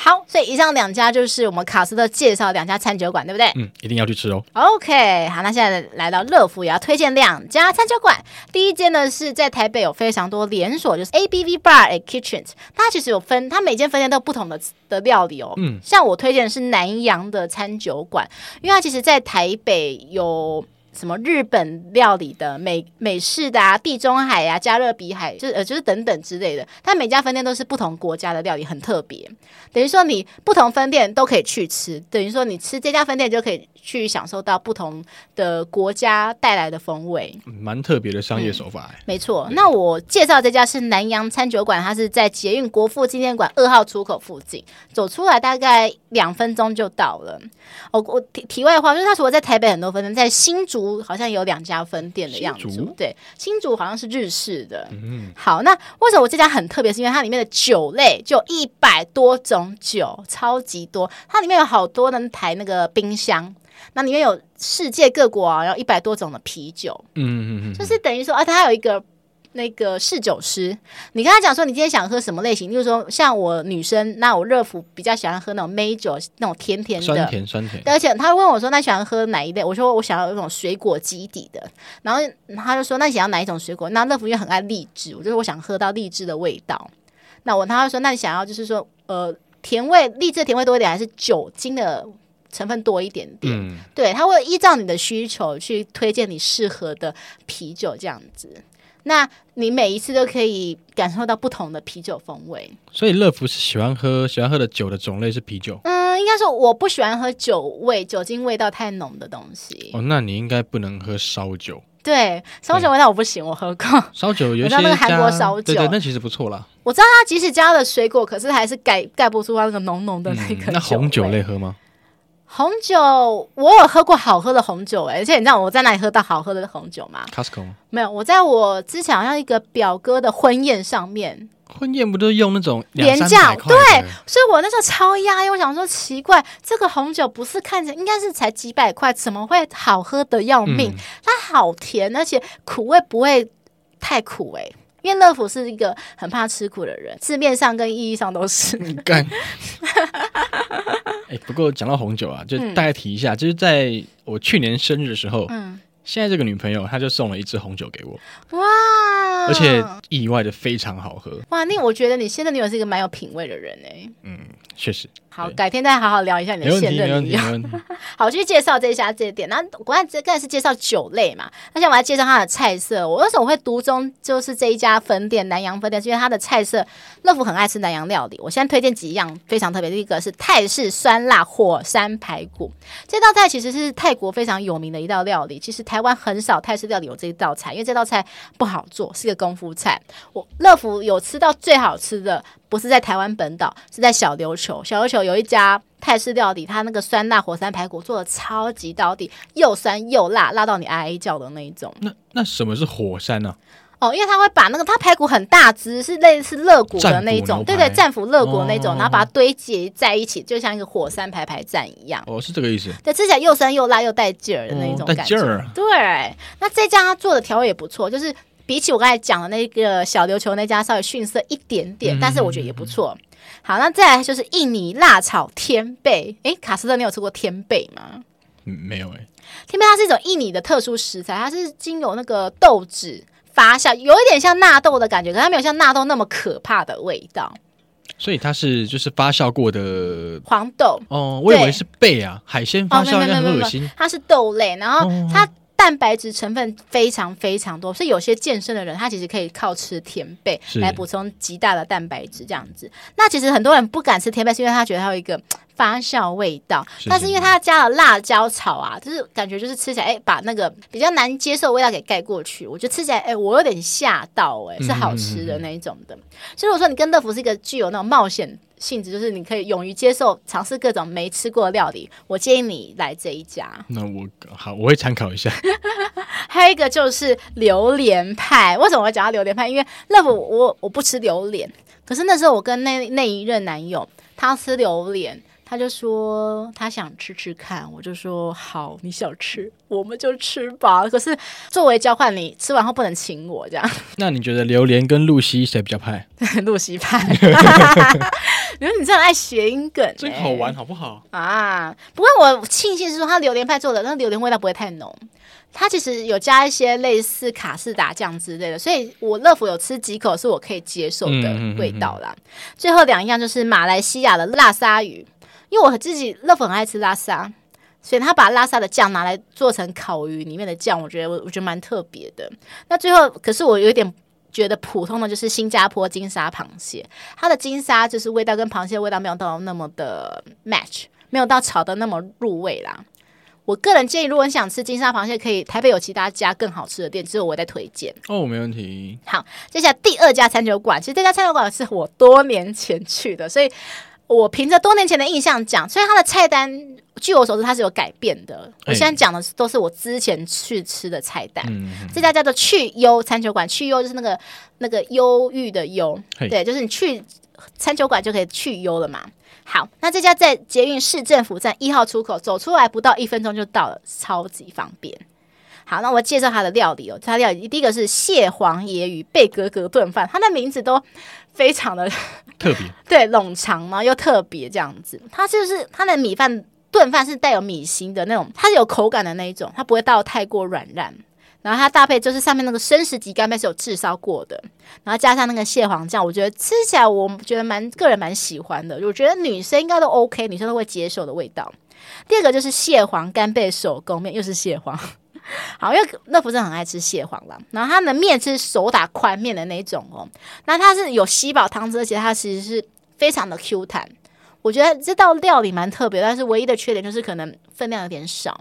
Speaker 1: 好，所以以上两家就是我们卡斯特介绍两家餐酒馆，对不对？
Speaker 2: 嗯，一定要去吃哦。
Speaker 1: OK，好，那现在来到乐福，也要推荐两家餐酒馆。第一间呢是在台北有非常多连锁，就是 ABV Bar and Kitchen，它其实有分，它每间分店都有不同的的料理哦。
Speaker 2: 嗯，
Speaker 1: 像我推荐的是南洋的餐酒馆，因为它其实在台北有。什么日本料理的、美美式的啊、地中海啊、加勒比海，就是呃就是等等之类的，它每家分店都是不同国家的料理，很特别。等于说你不同分店都可以去吃，等于说你吃这家分店就可以去享受到不同的国家带来的风味。
Speaker 2: 蛮特别的商业手法、欸。
Speaker 1: 没错，那我介绍这家是南洋餐酒馆，它是在捷运国父纪念馆二号出口附近，走出来大概两分钟就到了。哦，我题题外话，就是它除了在台北很多分店，在新竹好像有两家分店的样
Speaker 2: 新
Speaker 1: 子
Speaker 2: 竹。
Speaker 1: 对，新竹好像是日式的。
Speaker 2: 嗯，
Speaker 1: 好，那为什么我这家很特别？是因为它里面的酒类就一百多种酒，超级多。它里面有好多人台那个冰箱，那里面有世界各国啊，然后一百多种的啤酒。
Speaker 2: 嗯嗯嗯，
Speaker 1: 就是等于说啊，他有一个那个侍酒师，你跟他讲说你今天想喝什么类型，例如说像我女生，那我热敷比较喜欢喝那种梅酒，那种甜甜
Speaker 2: 嗯酸
Speaker 1: 的。
Speaker 2: 甜酸甜，
Speaker 1: 而且他问我说：“那喜欢喝哪一类？”我说：“我想要有一种水果基底的。”然后他就说：“那你想要哪一种水果？”那乐福因为很爱荔枝，我就说我想喝到荔枝的味道。那我他就说：“那你想要就是说呃甜味，荔枝的甜味多一点，还是酒精的成分多一点点？”
Speaker 2: 嗯，
Speaker 1: 对，他会依照你的需求去推荐你适合的啤酒这样子。那你每一次都可以感受到不同的啤酒风味。
Speaker 2: 所以乐福是喜欢喝喜欢喝的酒的种类是啤酒。
Speaker 1: 嗯，应该说我不喜欢喝酒味、酒精味道太浓的东西。
Speaker 2: 哦，那你应该不能喝烧酒，
Speaker 1: 对，烧酒味道我不行，我喝过。
Speaker 2: 烧酒有一
Speaker 1: 我知
Speaker 2: 些
Speaker 1: 道那个韩国
Speaker 2: 加
Speaker 1: 烧酒
Speaker 2: 对对，那其实不错啦。
Speaker 1: 我知道它即使加了水果，可是还是盖盖不住它那个浓浓的
Speaker 2: 嗯
Speaker 1: 那个、
Speaker 2: 那红
Speaker 1: 酒
Speaker 2: 酒
Speaker 1: 味
Speaker 2: 类喝吗？
Speaker 1: 红酒，我有喝过好喝的红酒、欸，而且你知道我在哪里喝到好喝的红酒吗？
Speaker 2: Costco 吗？
Speaker 1: 没有，我在我之前好像一个表哥的婚宴上面，
Speaker 2: 婚宴不都用那种两
Speaker 1: 廉
Speaker 2: 三
Speaker 1: 价
Speaker 2: 百块的
Speaker 1: 对所以我那时候超压抑，我想说奇怪，这个红酒不是看着应该是才几百块，怎么会好喝的要命？
Speaker 2: 嗯
Speaker 1: 它好甜，而且苦味不会太苦哎、因为乐福是一个很怕吃苦的人，字面上跟意义上都是。
Speaker 2: 干。 哎、不过讲到红酒啊，就
Speaker 1: 嗯
Speaker 2: 大概提一下，就是在我去年生日的时候，
Speaker 1: 嗯，
Speaker 2: 现在这个女朋友她就送了一支红酒给我，
Speaker 1: 哇！嗯
Speaker 2: 而且意外的非常好喝。
Speaker 1: 哇，那我觉得你现任女友是一个蛮有品味的人哎、
Speaker 2: 嗯，确实
Speaker 1: 好，
Speaker 2: 对
Speaker 1: 改天再好好聊一下你
Speaker 2: 没
Speaker 1: 的
Speaker 2: 问
Speaker 1: 现
Speaker 2: 题，没
Speaker 1: 任
Speaker 2: 问
Speaker 1: 女
Speaker 2: 题，
Speaker 1: 友。
Speaker 2: 没问题。
Speaker 1: 好，就介绍这一下这一点。那我刚才刚才是介绍酒类嘛，那像我来介绍它的菜色。我为什么会独钟就是这一家分店南洋分店？是因为它的菜色，乐福很爱吃南洋料理。我现在推荐几样非常特别，第一个是泰式酸辣火山排骨，这道菜其实是泰国非常有名的一道料理。其实台湾很少泰式料理有这一道菜，因为这道菜不好做，是个功夫菜。我乐福有吃到最好吃的，不是在台湾本岛，是在小琉球。小琉球有一家泰式料理，它那个酸辣火山排骨做的超级到底，又酸又辣，辣到你哀哀叫的那一种。
Speaker 2: 那那什么是火山啊呢、
Speaker 1: 哦，因为它会把那个它排骨很大只，是类似肋骨的那一
Speaker 2: 战斧
Speaker 1: 种，
Speaker 2: 牛
Speaker 1: 对对，
Speaker 2: 排
Speaker 1: 战斧肋骨的那种，
Speaker 2: 哦
Speaker 1: 然后把它堆积在一起，就像一个火山排排站一样。
Speaker 2: 哦，是这个意思。
Speaker 1: 对，吃起来又酸又辣又带劲儿的那
Speaker 2: 哦
Speaker 1: 种
Speaker 2: 带
Speaker 1: 感觉。
Speaker 2: 劲儿啊
Speaker 1: 对，那这家它做的调味也不错，就是比起我刚才讲的那个小琉球那家稍微逊色一点点，
Speaker 2: 嗯
Speaker 1: 但是我觉得也不错。好，那再来就是印尼辣炒天贝。诶，卡斯特，你有吃过天贝吗？
Speaker 2: 嗯，没有哎、
Speaker 1: 天贝它是一种印尼的特殊食材，它是经由那个豆子发酵，有一点像纳豆的感觉，可它没有像纳豆那么可怕的味道。
Speaker 2: 所以它是就是发酵过的。
Speaker 1: 黄豆，
Speaker 2: 哦，我以为
Speaker 1: 对
Speaker 2: 是贝啊，海鲜发
Speaker 1: 哦，没有
Speaker 2: 酵应
Speaker 1: 没有
Speaker 2: 该很
Speaker 1: 没有没
Speaker 2: 恶
Speaker 1: 有
Speaker 2: 心。，
Speaker 1: 它是豆类，然后
Speaker 2: 哦
Speaker 1: 它蛋白质成分非常非常多，所以有些健身的人他其实可以靠吃甜贝
Speaker 2: 是
Speaker 1: 来补充极大的蛋白质这样子。那其实很多人不敢吃甜贝，是因为他觉得它有一个。嘖发酵味道，
Speaker 2: 是
Speaker 1: 但是因为它加了辣椒草啊，就是感觉就是吃起来，哎、把那个比较难接受的味道给盖过去。我觉得吃起来，哎、我有点吓到、哎，是好吃的那一种的。所以我说，你跟乐福是一个具有那种冒险性质，就是你可以勇于接受尝试各种没吃过的料理。我建议你来这一家。
Speaker 2: 那我好，我会参考一 下。
Speaker 1: 还有一个就是榴莲派，为什么我讲到榴莲派？因为乐福我我不吃榴莲，可是那时候我跟那那一任男友他吃榴莲。他就说他想吃吃看，我就说好，你想吃我们就吃吧。可是作为交换，你吃完后不能请我这样。
Speaker 2: 那你觉得榴莲跟露西谁比较派？
Speaker 1: 露西 派，你说你真的很爱谐音梗、欸，
Speaker 2: 真好玩好不好？
Speaker 1: 啊！不过我庆幸是说，它榴莲派做的，那榴莲味道不会太浓。它其实有加一些类似卡士达酱之类的，所以我乐福有吃几口是我可以接受的
Speaker 2: 嗯嗯嗯
Speaker 1: 味道啦。最后两样就是马来西亚的辣沙鱼，因为我自己乐福很爱吃拉沙，所以他把拉沙的酱拿来做成烤鱼里面的酱，我觉得我我觉得蛮特别的。那最后，可是我有点觉得普通的就是新加坡金沙螃蟹，它的金沙就是味道跟螃蟹的味道没有到那么的 match，没有到炒的那么入味啦。我个人建议，如果你想吃金沙螃蟹，可以台北有其他家更好吃的店，只有我在推荐。
Speaker 2: 哦，没问题。
Speaker 1: 好，接下来第二家餐酒馆，其实这家餐酒馆是我多年前去的，所以我凭着多年前的印象讲，虽然它的菜单据我所知它是有改变的，我
Speaker 2: 哎
Speaker 1: 现在讲的都是我之前去吃的菜单。
Speaker 2: 嗯，
Speaker 1: 这家叫做去忧餐酒馆，去忧就是那个那个忧郁的忧，
Speaker 2: 嘿
Speaker 1: 对，就是你去餐酒馆就可以去忧了嘛。好，那这家在捷运市政府站一号出口走出来不到一分钟就到了，超级方便。好，那我介绍它的料理哦，它料理第一个是蟹黄椰鱼贝格格炖饭，它的名字都非常的
Speaker 2: 特别。
Speaker 1: 对，冗长嘛，又特别这样子。它就是它的米饭炖饭是带有米心的那种，它是有口感的那一种，它不会到太过软烂。然后它搭配就是上面那个生食级干贝是有炙烧过的，然后加上那个蟹黄酱，我觉得吃起来我觉得蛮个人蛮喜欢的，我觉得女生应该都 OK，女生都会接受的味道。第二个就是蟹黄干贝手工面，又是蟹黄。好，因为乐福真的很爱吃蟹黄啦，然后它的面是手打宽面的那种哦，那它是有吸饱汤汁，而且它其实是非常的 Q 弹。我觉得这道料理蛮特别，但是唯一的缺点就是可能分量有点少。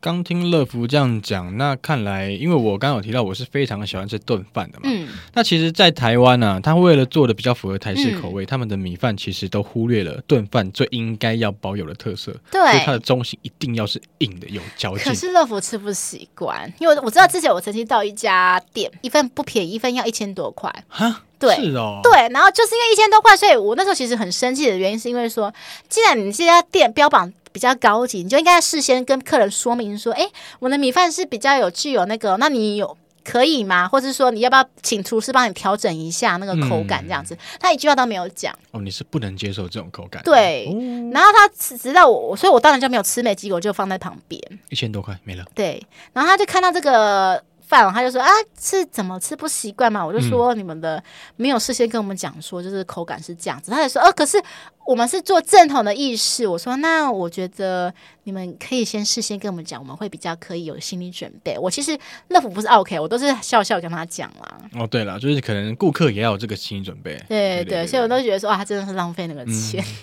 Speaker 2: 刚听乐福这样讲，那看来，因为我刚刚有提到我是非常喜欢吃炖饭的嘛。
Speaker 1: 嗯，
Speaker 2: 那其实，在台湾呢、啊，他为了做的比较符合台式
Speaker 1: 嗯
Speaker 2: 口味，他们的米饭其实都忽略了炖饭最应该要保有的特色，就是
Speaker 1: 对。
Speaker 2: 它的中心一定要是硬的，有嚼劲
Speaker 1: 可。是乐福吃不习惯，因为我知道之前我曾经到一家店，一份不便宜，一份要一千多块。
Speaker 2: 哈，
Speaker 1: 对，
Speaker 2: 是哦，，
Speaker 1: 对，然后就是因为一千多块，所以我那时候其实很生气的原因是因为说，既然你这家店标榜比较高级，你就应该事先跟客人说明说，诶，我的米饭是比较有具有那个，那你有。可以吗？或者说你要不要请厨师帮你调整一下那个口感，这样子？他一句话都没有讲。
Speaker 2: 哦，你是不能接受这种口感的，
Speaker 1: 对
Speaker 2: 哦，
Speaker 1: 然后他直直到我，所以我当然就没有吃没几口，我就放在旁边。
Speaker 2: 一千多块没了，
Speaker 1: 对，然后他就看到这个饭了，他就说啊，是怎么吃不习惯嘛？我就说、你们的没有事先跟我们讲说，就是口感是这样子。他就说，哦、可是我们是做正统的意式。我说，那我觉得你们可以先事先跟我们讲，我们会比较可以有心理准备。我其实乐福不是 OK，我都是笑笑跟他讲啦。
Speaker 2: 哦，对了，就是可能顾客也要有这个心理准备，
Speaker 1: 对对嗯所以我都觉得说，哇，他真的是浪费那个钱。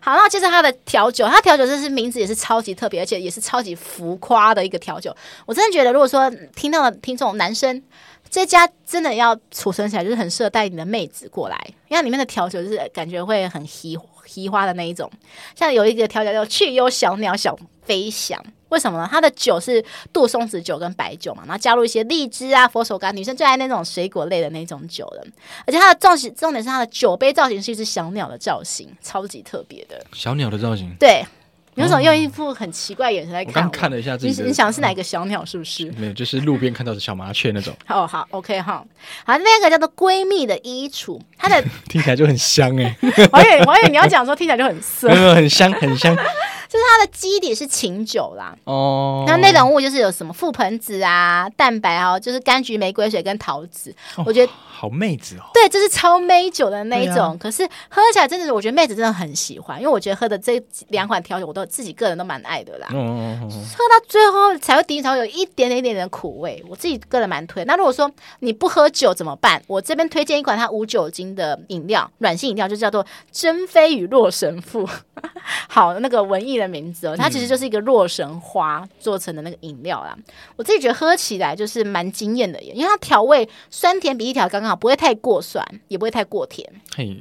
Speaker 1: 好，那接着他的调酒，他调酒真是名字也是超级特别，而且也是超级浮夸的一个调酒。我真的觉得，如果说听到的听众男生，这家真的要储存起来，就是很适合带你的妹子过来，因为它里面的调酒就是感觉会很稀稀花的那一种。像有一个调酒叫“去忧小鸟小飞翔”，为什么呢？它的酒是杜松子酒跟白酒嘛，然后加入一些荔枝啊、佛手柑，女生最爱那种水果类的那种酒了。而且它的造型，重点是它的酒杯造型是一只小鸟的造型，超级特别的。
Speaker 2: 小鸟的造型，
Speaker 1: 对，你为什么用一副很奇怪的眼神在
Speaker 2: 哦我
Speaker 1: 看
Speaker 2: 刚
Speaker 1: 我？
Speaker 2: 看了一下自
Speaker 1: 你
Speaker 2: 己的，
Speaker 1: 你想是哪个小鸟？是不是？
Speaker 2: 没有，就是路边看到的小麻雀那种，
Speaker 1: 哦，好，OK 哈，好，那个叫做闺蜜的衣橱，它的，
Speaker 2: 听起来就很香哎、
Speaker 1: 我以为我以为你要讲说听起来就很涩，
Speaker 2: 没有没有很香很香
Speaker 1: 它的基底是琴酒啦，
Speaker 2: 哦。
Speaker 1: 那那种物就是有什么覆盆子啊、蛋白啊，就是柑橘、玫瑰水跟桃子，
Speaker 2: 哦
Speaker 1: 我觉得
Speaker 2: 好妹子哦，
Speaker 1: 对，这是超美酒的那一
Speaker 2: 对
Speaker 1: 种。
Speaker 2: 啊
Speaker 1: 可是喝起来真的是，我觉得妹子真的很喜欢，因为我觉得喝的这两款调酒，我都自己个人都蛮爱的啦。
Speaker 2: 嗯嗯嗯嗯
Speaker 1: 喝到最后才会低潮，有一点点一点点的苦味，我自己个人蛮推。那如果说你不喝酒怎么办？我这边推荐一款它无酒精的饮料，软性饮料，就叫做“珍妃与洛神赋”。 好，那个文艺的名字哦，它其实就是一个洛神花做成的那个饮料啦。我自己觉得喝起来就是蛮惊艳的耶，因为它调味酸甜比例调刚刚好，不会太过酸，也不会太过甜。
Speaker 2: 嘿，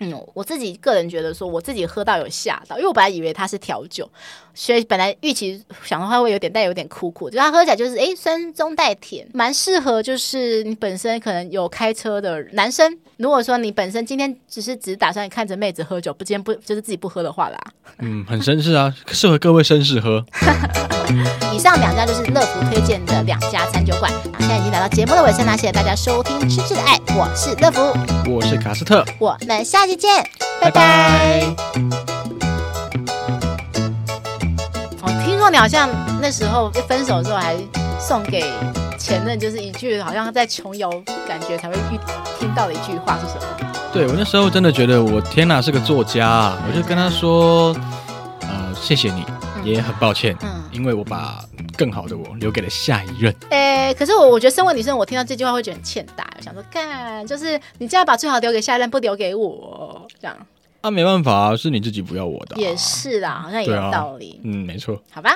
Speaker 1: 嗯，我自己个人觉得说，我自己喝到有吓到，因为我本来以为它是调酒，所以本来预期想的话会有点带有点苦苦，就它喝起来就是诶酸中带甜，蛮适合就是你本身可能有开车的男生，如果说你本身今天只是只打算看着妹子喝酒，不今天不就是自己不喝的话啦。
Speaker 2: 嗯，很绅士啊，适合各位绅士喝。
Speaker 1: 以上两家就是乐福推荐的两家餐酒馆，那现在已经来到节目的尾声啦，谢谢大家收听《痴痴的爱》，我是乐福，
Speaker 2: 我是卡斯特，
Speaker 1: 我们下期见，拜
Speaker 2: 拜
Speaker 1: 拜。
Speaker 2: 拜。
Speaker 1: 哦，听说你好像那时候分手的时候还送给前任，就是一句好像在琼瑶感觉才会遇听到的一句话是什么？
Speaker 2: 对我那时候真的觉得我天哪是个作家、啊，我就跟他说，呃，谢谢你，也很抱歉，
Speaker 1: 嗯，
Speaker 2: 因为我把更好的我留给了下一任。
Speaker 1: 诶、可是我我觉得身为女生，我听到这句话会觉得很欠打，我想说干，就是你这样把最好留给下一任，不留给我，这样
Speaker 2: 啊，没办法啊，是你自己不要我的、
Speaker 1: 也，是啦，好像也
Speaker 2: 对
Speaker 1: 有
Speaker 2: 啊
Speaker 1: 道理，
Speaker 2: 嗯，没错。
Speaker 1: 好吧？